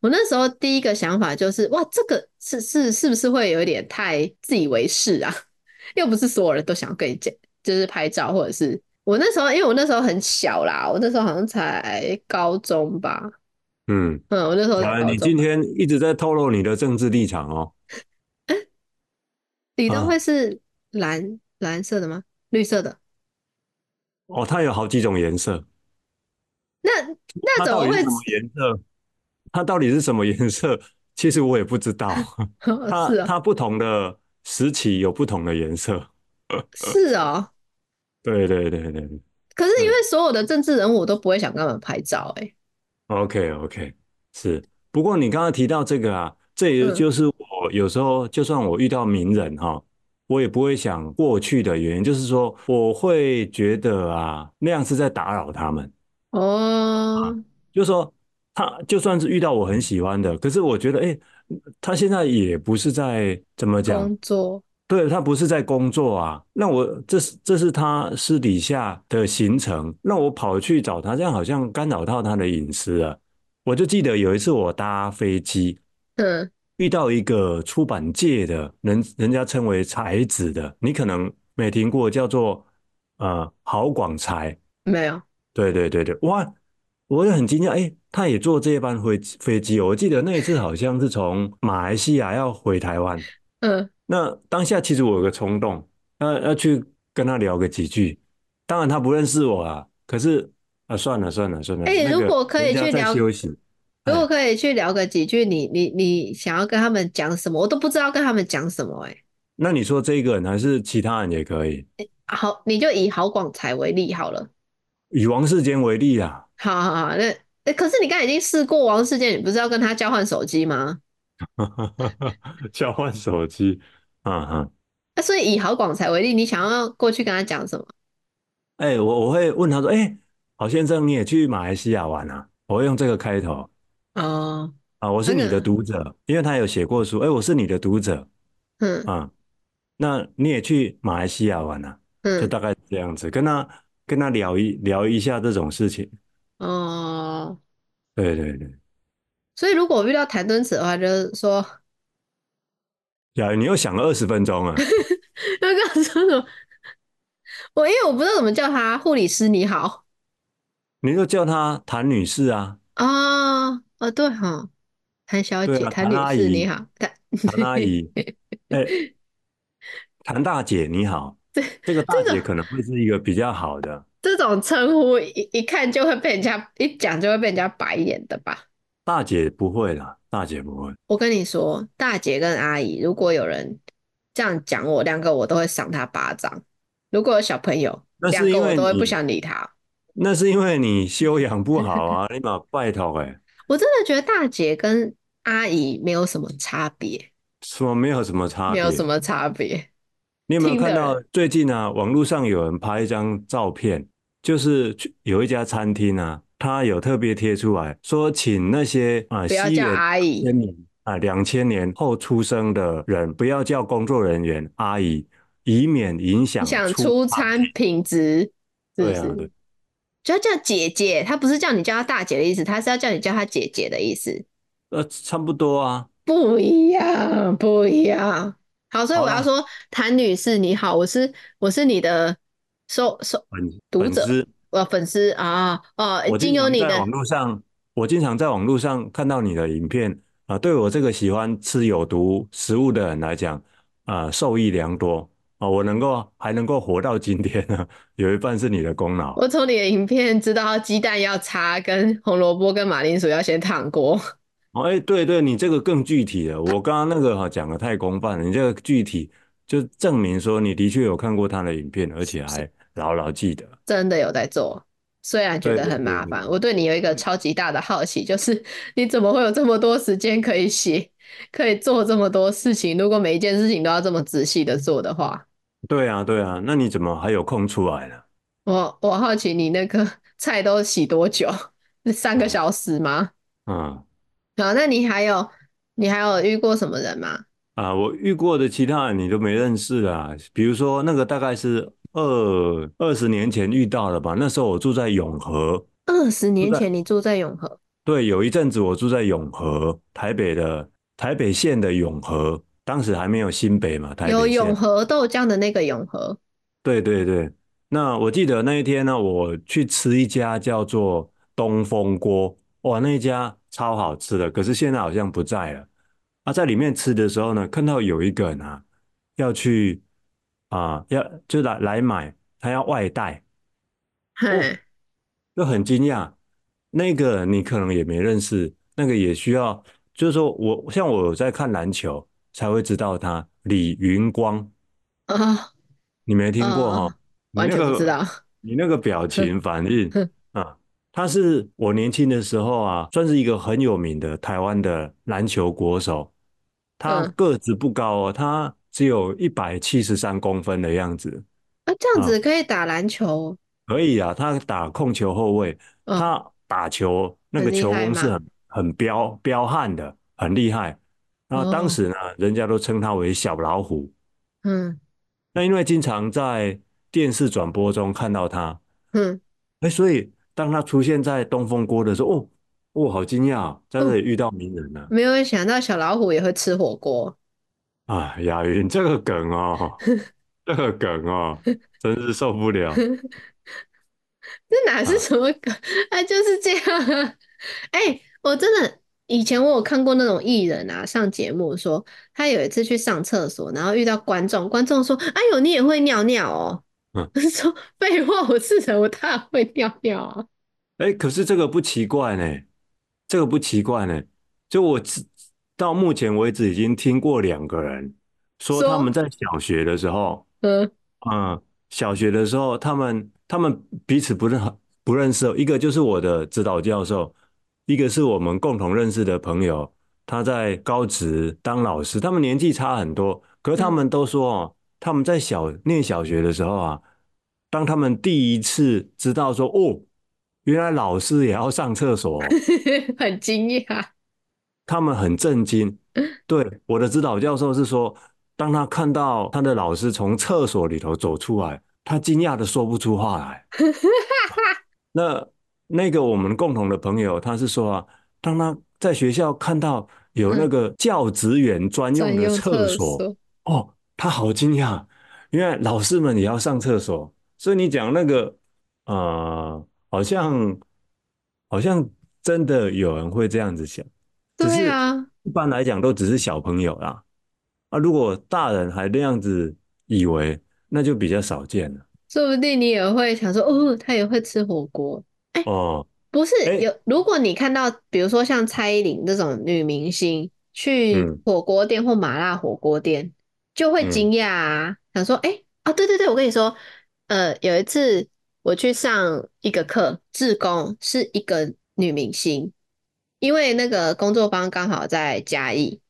[SPEAKER 1] 我那时候第一个想法就是，哇，这个是是是不是会有一点太自以为是啊？ 又不是所有人都想要跟你见，就是拍照，或者是我那时候，因为我那时候很小啦，我那时候好像才高中吧，
[SPEAKER 2] 嗯，
[SPEAKER 1] 嗯，我那时候才
[SPEAKER 2] 来，
[SPEAKER 1] 高
[SPEAKER 2] 你
[SPEAKER 1] 中
[SPEAKER 2] 今
[SPEAKER 1] 吧。
[SPEAKER 2] 天一直在透露你的政治立场哦。
[SPEAKER 1] 李登
[SPEAKER 2] 啊
[SPEAKER 1] 辉是蓝蓝色的吗？绿色的？
[SPEAKER 2] 哦，它有好几种颜色，
[SPEAKER 1] 那那
[SPEAKER 2] 它
[SPEAKER 1] 怎
[SPEAKER 2] 到
[SPEAKER 1] 么
[SPEAKER 2] 底是
[SPEAKER 1] 会
[SPEAKER 2] 什么颜色？它到底是什么颜色？其实我也不知道。它
[SPEAKER 1] 是哦，
[SPEAKER 2] 它不同的时期有不同的颜色。
[SPEAKER 1] 是哦。
[SPEAKER 2] 对对对对
[SPEAKER 1] 可是因
[SPEAKER 2] 嗯
[SPEAKER 1] 为所有的政治人物，我都不会想跟他们拍照、欸，
[SPEAKER 2] ，OK OK，是。不过你刚刚提到这个啊，这也
[SPEAKER 1] 嗯
[SPEAKER 2] 就是我有时候就算我遇到名人哈，我也不会想过去的原因，就是说我会觉得啊，那样是在打扰他们。
[SPEAKER 1] 哦，
[SPEAKER 2] 就是说他就算是遇到我很喜欢的，可是我觉得，哎，他现在也不是在怎么讲，
[SPEAKER 1] 工作，
[SPEAKER 2] 对，他不是在工作啊。那我这是这是他私底下的行程，那我跑去找他，这样好像干扰到他的隐私了。我就记得有一次我搭飞机。
[SPEAKER 1] 嗯
[SPEAKER 2] 遇到一个出版界的人，人家称为才子的，你可能没听过，叫做呃郝广才，
[SPEAKER 1] 没有，
[SPEAKER 2] 对对对对，哇！我也很惊讶，哎，他也坐这班飞飞机哦。我记得那一次好像是从马来西亚要回台湾，
[SPEAKER 1] 嗯
[SPEAKER 2] 那当下其实我有个冲动，要要去跟他聊个几句。当然他不认识我啊，可是啊，算了算了算了，
[SPEAKER 1] 哎
[SPEAKER 2] 那
[SPEAKER 1] 如
[SPEAKER 2] 个
[SPEAKER 1] 果可以
[SPEAKER 2] 人家
[SPEAKER 1] 去
[SPEAKER 2] 在
[SPEAKER 1] 聊
[SPEAKER 2] 休息，
[SPEAKER 1] 如果可以去聊个几句，你你你想要跟他们讲什么，我都不知道跟他们讲什么、欸，
[SPEAKER 2] 那你说这个人还是其他人也可以？
[SPEAKER 1] 好，你就以郝广才为例好了。
[SPEAKER 2] 以王世坚为例啊，
[SPEAKER 1] 好好好，那、欸可是你刚才已经试过王世坚，你不是要跟他交换手机吗？
[SPEAKER 2] 交换手机，啊哈。
[SPEAKER 1] 那、所以以郝广才为例，你想要过去跟他讲什么？
[SPEAKER 2] 哎、我我会问他说，哎、郝先生，你也去马来西亚玩啊？我会用这个开头
[SPEAKER 1] 哦，
[SPEAKER 2] 啊，我是
[SPEAKER 1] 那
[SPEAKER 2] 你
[SPEAKER 1] 个
[SPEAKER 2] 的读者，因为他有写过书，哎、我是你的读者
[SPEAKER 1] 嗯
[SPEAKER 2] 啊，那你也去马来西亚玩啊？就
[SPEAKER 1] 嗯，
[SPEAKER 2] 大概这样子，跟他跟他聊一聊一下这种事情。
[SPEAKER 1] 哦，
[SPEAKER 2] 对对对，
[SPEAKER 1] 所以如果我遇到谭敦慈的话，就是说
[SPEAKER 2] 呀，你又想了二十 分钟啊？
[SPEAKER 1] 那个说什么？ 我因为我不知道怎么叫他，护理师你好
[SPEAKER 2] 你就叫她谭女士啊，
[SPEAKER 1] 哦哦，对哈，谭小
[SPEAKER 2] 对
[SPEAKER 1] 姐、
[SPEAKER 2] 啊，
[SPEAKER 1] 谭
[SPEAKER 2] 谭
[SPEAKER 1] 女
[SPEAKER 2] 阿
[SPEAKER 1] 士你
[SPEAKER 2] 姨，
[SPEAKER 1] 好，谭
[SPEAKER 2] 谭阿姨，哎、谭大姐你好，这个大
[SPEAKER 1] 这
[SPEAKER 2] 姐
[SPEAKER 1] 种
[SPEAKER 2] 可能会是一个比较好的。
[SPEAKER 1] 这种称呼一一看就会被人家一讲就会被人家白眼的吧？
[SPEAKER 2] 大姐不会啦，大姐不会。
[SPEAKER 1] 我跟你说，大姐跟阿姨，如果有人这样讲我，两个我都会赏他巴掌。如果有小朋友，
[SPEAKER 2] 那
[SPEAKER 1] 两
[SPEAKER 2] 是
[SPEAKER 1] 个
[SPEAKER 2] 因
[SPEAKER 1] 我
[SPEAKER 2] 为
[SPEAKER 1] 都会不
[SPEAKER 2] 你，
[SPEAKER 1] 想理他。
[SPEAKER 2] 那是因为你修养不好啊！你把拜托哎、
[SPEAKER 1] 我真的觉得大姐跟阿姨没有什么差别，
[SPEAKER 2] 什么没有什么差
[SPEAKER 1] 没有什
[SPEAKER 2] 别。
[SPEAKER 1] 么差别。
[SPEAKER 2] 你有没有
[SPEAKER 1] 听
[SPEAKER 2] 看
[SPEAKER 1] 的
[SPEAKER 2] 到
[SPEAKER 1] 人，
[SPEAKER 2] 最近啊，网络上有人拍一张照片，就是去有一家餐厅啊，他有特别贴出来说，请那些啊、
[SPEAKER 1] 不要
[SPEAKER 2] 西
[SPEAKER 1] 叫
[SPEAKER 2] 元
[SPEAKER 1] 阿姨，
[SPEAKER 2] 千年啊两千年后出生的人，不要叫工作人员阿姨，以免影
[SPEAKER 1] 你
[SPEAKER 2] 响
[SPEAKER 1] 想
[SPEAKER 2] 出
[SPEAKER 1] 出
[SPEAKER 2] 餐。
[SPEAKER 1] 餐品质是不
[SPEAKER 2] 对
[SPEAKER 1] 是？
[SPEAKER 2] 啊，对，
[SPEAKER 1] 就要叫姐姐，她不是叫你叫她大姐的意思，她是要叫你叫她姐姐的意思，
[SPEAKER 2] 呃，差不多啊。
[SPEAKER 1] 不一样，不一样。好，所以
[SPEAKER 2] 好
[SPEAKER 1] 我要
[SPEAKER 2] 啦，
[SPEAKER 1] 说，谭女士你好，我是我是你的收收
[SPEAKER 2] 粉
[SPEAKER 1] 读
[SPEAKER 2] 粉
[SPEAKER 1] 者，
[SPEAKER 2] 丝。
[SPEAKER 1] 呃，粉丝啊，哦，
[SPEAKER 2] 我
[SPEAKER 1] 经
[SPEAKER 2] 经
[SPEAKER 1] 由
[SPEAKER 2] 常
[SPEAKER 1] 你
[SPEAKER 2] 在网
[SPEAKER 1] 的，
[SPEAKER 2] 络上，我经常在网络上看到你的影片啊，对我这个喜欢吃有毒食物的人来讲，啊，受益良多啊，我能够还能够活到今天呢，有一半是你的功劳。
[SPEAKER 1] 我从你的影片知道鸡蛋要擦，跟红萝卜跟马铃薯要先烫过。
[SPEAKER 2] 哦，哎，对对，你这个更具体了，我刚刚那个哈讲的太空泛了，你这个具体就证明说你的确有看过他的影片，而且还牢牢记得。
[SPEAKER 1] 真的有在做，虽然觉
[SPEAKER 2] 对
[SPEAKER 1] 得
[SPEAKER 2] 对
[SPEAKER 1] 很
[SPEAKER 2] 对嗯
[SPEAKER 1] 麻
[SPEAKER 2] 对
[SPEAKER 1] 烦。
[SPEAKER 2] 对，
[SPEAKER 1] 我对你有一个超级大的好奇，就是你怎么会有这么多时间可以写，可以做这么多事情？如果每一件事情都要这么仔细的做的话，
[SPEAKER 2] 对啊对啊，那你怎么还有空出来呢？
[SPEAKER 1] 我我好奇你那个 菜都洗多久？是三个
[SPEAKER 2] 嗯
[SPEAKER 1] 小时吗？
[SPEAKER 2] 嗯。
[SPEAKER 1] 好，那你还有你还有遇过什么人吗？
[SPEAKER 2] 啊，我遇过的其他人你都没认识啊，比如说那个大概是二二十年前遇到了吧，那时候我住在永和，
[SPEAKER 1] 二十
[SPEAKER 2] 住
[SPEAKER 1] 年
[SPEAKER 2] 在，
[SPEAKER 1] 前你住在永和，
[SPEAKER 2] 对，有一阵子我住在永和，台北的台北县的永和，当时还没有新北嘛，台
[SPEAKER 1] 有
[SPEAKER 2] 北
[SPEAKER 1] 永
[SPEAKER 2] 县，哦
[SPEAKER 1] 和豆浆的那个永和，
[SPEAKER 2] 对对对。那我记得那一天呢，我去吃一家叫做东风锅，哇，那一家超好吃的，可是现在好像不在了。啊，在里面吃的时候呢，看到有一个人啊，要去啊，要就来来买，他要外带，哦，
[SPEAKER 1] 嘿，
[SPEAKER 2] 就很惊讶。那个你可能也没认识，那个也需要，就是说我像我有在看篮球才会知道他李云光，
[SPEAKER 1] 啊、
[SPEAKER 2] 你没
[SPEAKER 1] 啊、
[SPEAKER 2] 听过哈、你
[SPEAKER 1] 完
[SPEAKER 2] 那
[SPEAKER 1] 全不知
[SPEAKER 2] 个
[SPEAKER 1] 道，啊
[SPEAKER 2] 你那 个
[SPEAKER 1] 嗯
[SPEAKER 2] 表情反应
[SPEAKER 1] 哼
[SPEAKER 2] 啊，他是我年轻的时候啊，算是一个很有名的台湾的篮球国手。他
[SPEAKER 1] 嗯
[SPEAKER 2] 个子不高哦，他只有一百七十三公分的样子。
[SPEAKER 1] 啊，这样
[SPEAKER 2] 啊
[SPEAKER 1] 子可以打篮球，
[SPEAKER 2] 可以啊，他打控球后卫，
[SPEAKER 1] 嗯，
[SPEAKER 2] 他打球那个
[SPEAKER 1] 很厉
[SPEAKER 2] 球
[SPEAKER 1] 害
[SPEAKER 2] 风是
[SPEAKER 1] 嘛。
[SPEAKER 2] 很很彪彪悍的，很厉害。那当
[SPEAKER 1] 哦，
[SPEAKER 2] 时呢，人家都称他为小老虎。
[SPEAKER 1] 嗯
[SPEAKER 2] 那因为经常在电视转播中看到他，
[SPEAKER 1] 嗯，
[SPEAKER 2] 哎，所以当他出现在东风锅的时候，哦，我、好惊讶啊，在这
[SPEAKER 1] 哦，
[SPEAKER 2] 里遇到名人了、
[SPEAKER 1] 没有想到小老虎也会吃火锅。
[SPEAKER 2] 啊！啊，亚云这个梗哦，这个梗哦，真是受不了
[SPEAKER 1] 这哪是
[SPEAKER 2] 啊！
[SPEAKER 1] 什么梗 啊？就是这样啊！哎、我真的以前我有看过那种艺人啊，上节目说他有一次去上厕所，然后遇到观众，观众说：“哎呦，你也会尿尿哦？”
[SPEAKER 2] 嗯，
[SPEAKER 1] 说废话，我是人，我当然会尿尿啊。
[SPEAKER 2] 哎，可是这个不奇怪呢，这个不奇怪呢。就我知到目前为止已经听过两个人说，他们
[SPEAKER 1] 说，
[SPEAKER 2] 在小学的时候，
[SPEAKER 1] 嗯
[SPEAKER 2] 嗯，小学的时候，他们他们彼此不认不认识哦，一个就是我的指导教授，一个是我们共同认识的朋友，他在高职当老师，他们年纪差很多，可是他
[SPEAKER 1] 嗯
[SPEAKER 2] 们都说哦，他们在小念小学的时候啊，当他们第一次知道说哦，原来老师也要上厕所，
[SPEAKER 1] 很惊讶。
[SPEAKER 2] 他们很震惊。
[SPEAKER 1] 嗯
[SPEAKER 2] 对，我的指导教授是说，当他看到他的老师从厕所里头走出来，他惊讶的说不出 话来。那那个我们共同的朋友，他是说啊，当他在学校看到有那
[SPEAKER 1] 嗯，
[SPEAKER 2] 个教职员专用
[SPEAKER 1] 专
[SPEAKER 2] 的
[SPEAKER 1] 用
[SPEAKER 2] 厕
[SPEAKER 1] 厕
[SPEAKER 2] 所，
[SPEAKER 1] 所。
[SPEAKER 2] 哦，他好惊讶，原来老师们也要上厕所。所以你讲那个，呃，好像好像真的有人会这样子想，只
[SPEAKER 1] 对
[SPEAKER 2] 是
[SPEAKER 1] 啊，
[SPEAKER 2] 一般来讲都只是小朋友啦。啊，如果大人还那样子以为，那就比较少见了。
[SPEAKER 1] 说不定你也会想说，哦，他也会吃火锅。哎。
[SPEAKER 2] 哦，
[SPEAKER 1] 不是
[SPEAKER 2] 哎，
[SPEAKER 1] 有，如果你看到，比如说像蔡依林这种女明星去
[SPEAKER 2] 嗯
[SPEAKER 1] 火锅店或麻辣火锅店，就会
[SPEAKER 2] 嗯
[SPEAKER 1] 惊讶啊，想说，哎、啊，对对对，我跟你说，呃，有一次我去上一个课，志工是一个女明星，因为那个工作坊刚好在嘉义，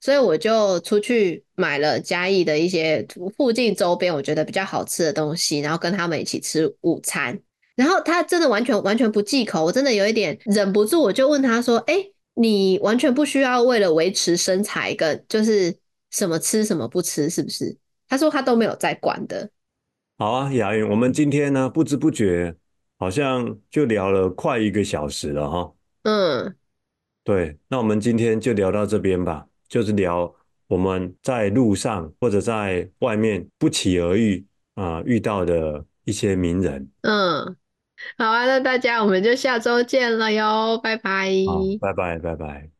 [SPEAKER 1] 所以我就出去买了嘉义的一些附近周边我觉得比较好吃的东西，然后跟他们一起吃午餐。然后他真的完全完全不忌口，我真的有一点忍不住，我就问他说：“哎，你完全不需要为了维持身材跟就是什么吃什么不吃，是不是？”他说他都没有在管的。
[SPEAKER 2] 好啊，雅云，我们今天呢，不知不觉好像就聊了快一个小时了哈。
[SPEAKER 1] 嗯，
[SPEAKER 2] 对，那我们今天就聊到这边吧，就是聊我们在路上或者在外面不期而遇啊，遇到的一些名人。
[SPEAKER 1] 嗯，好啊，那大家我们就下周见了哟，拜拜。
[SPEAKER 2] 好，拜拜，拜拜。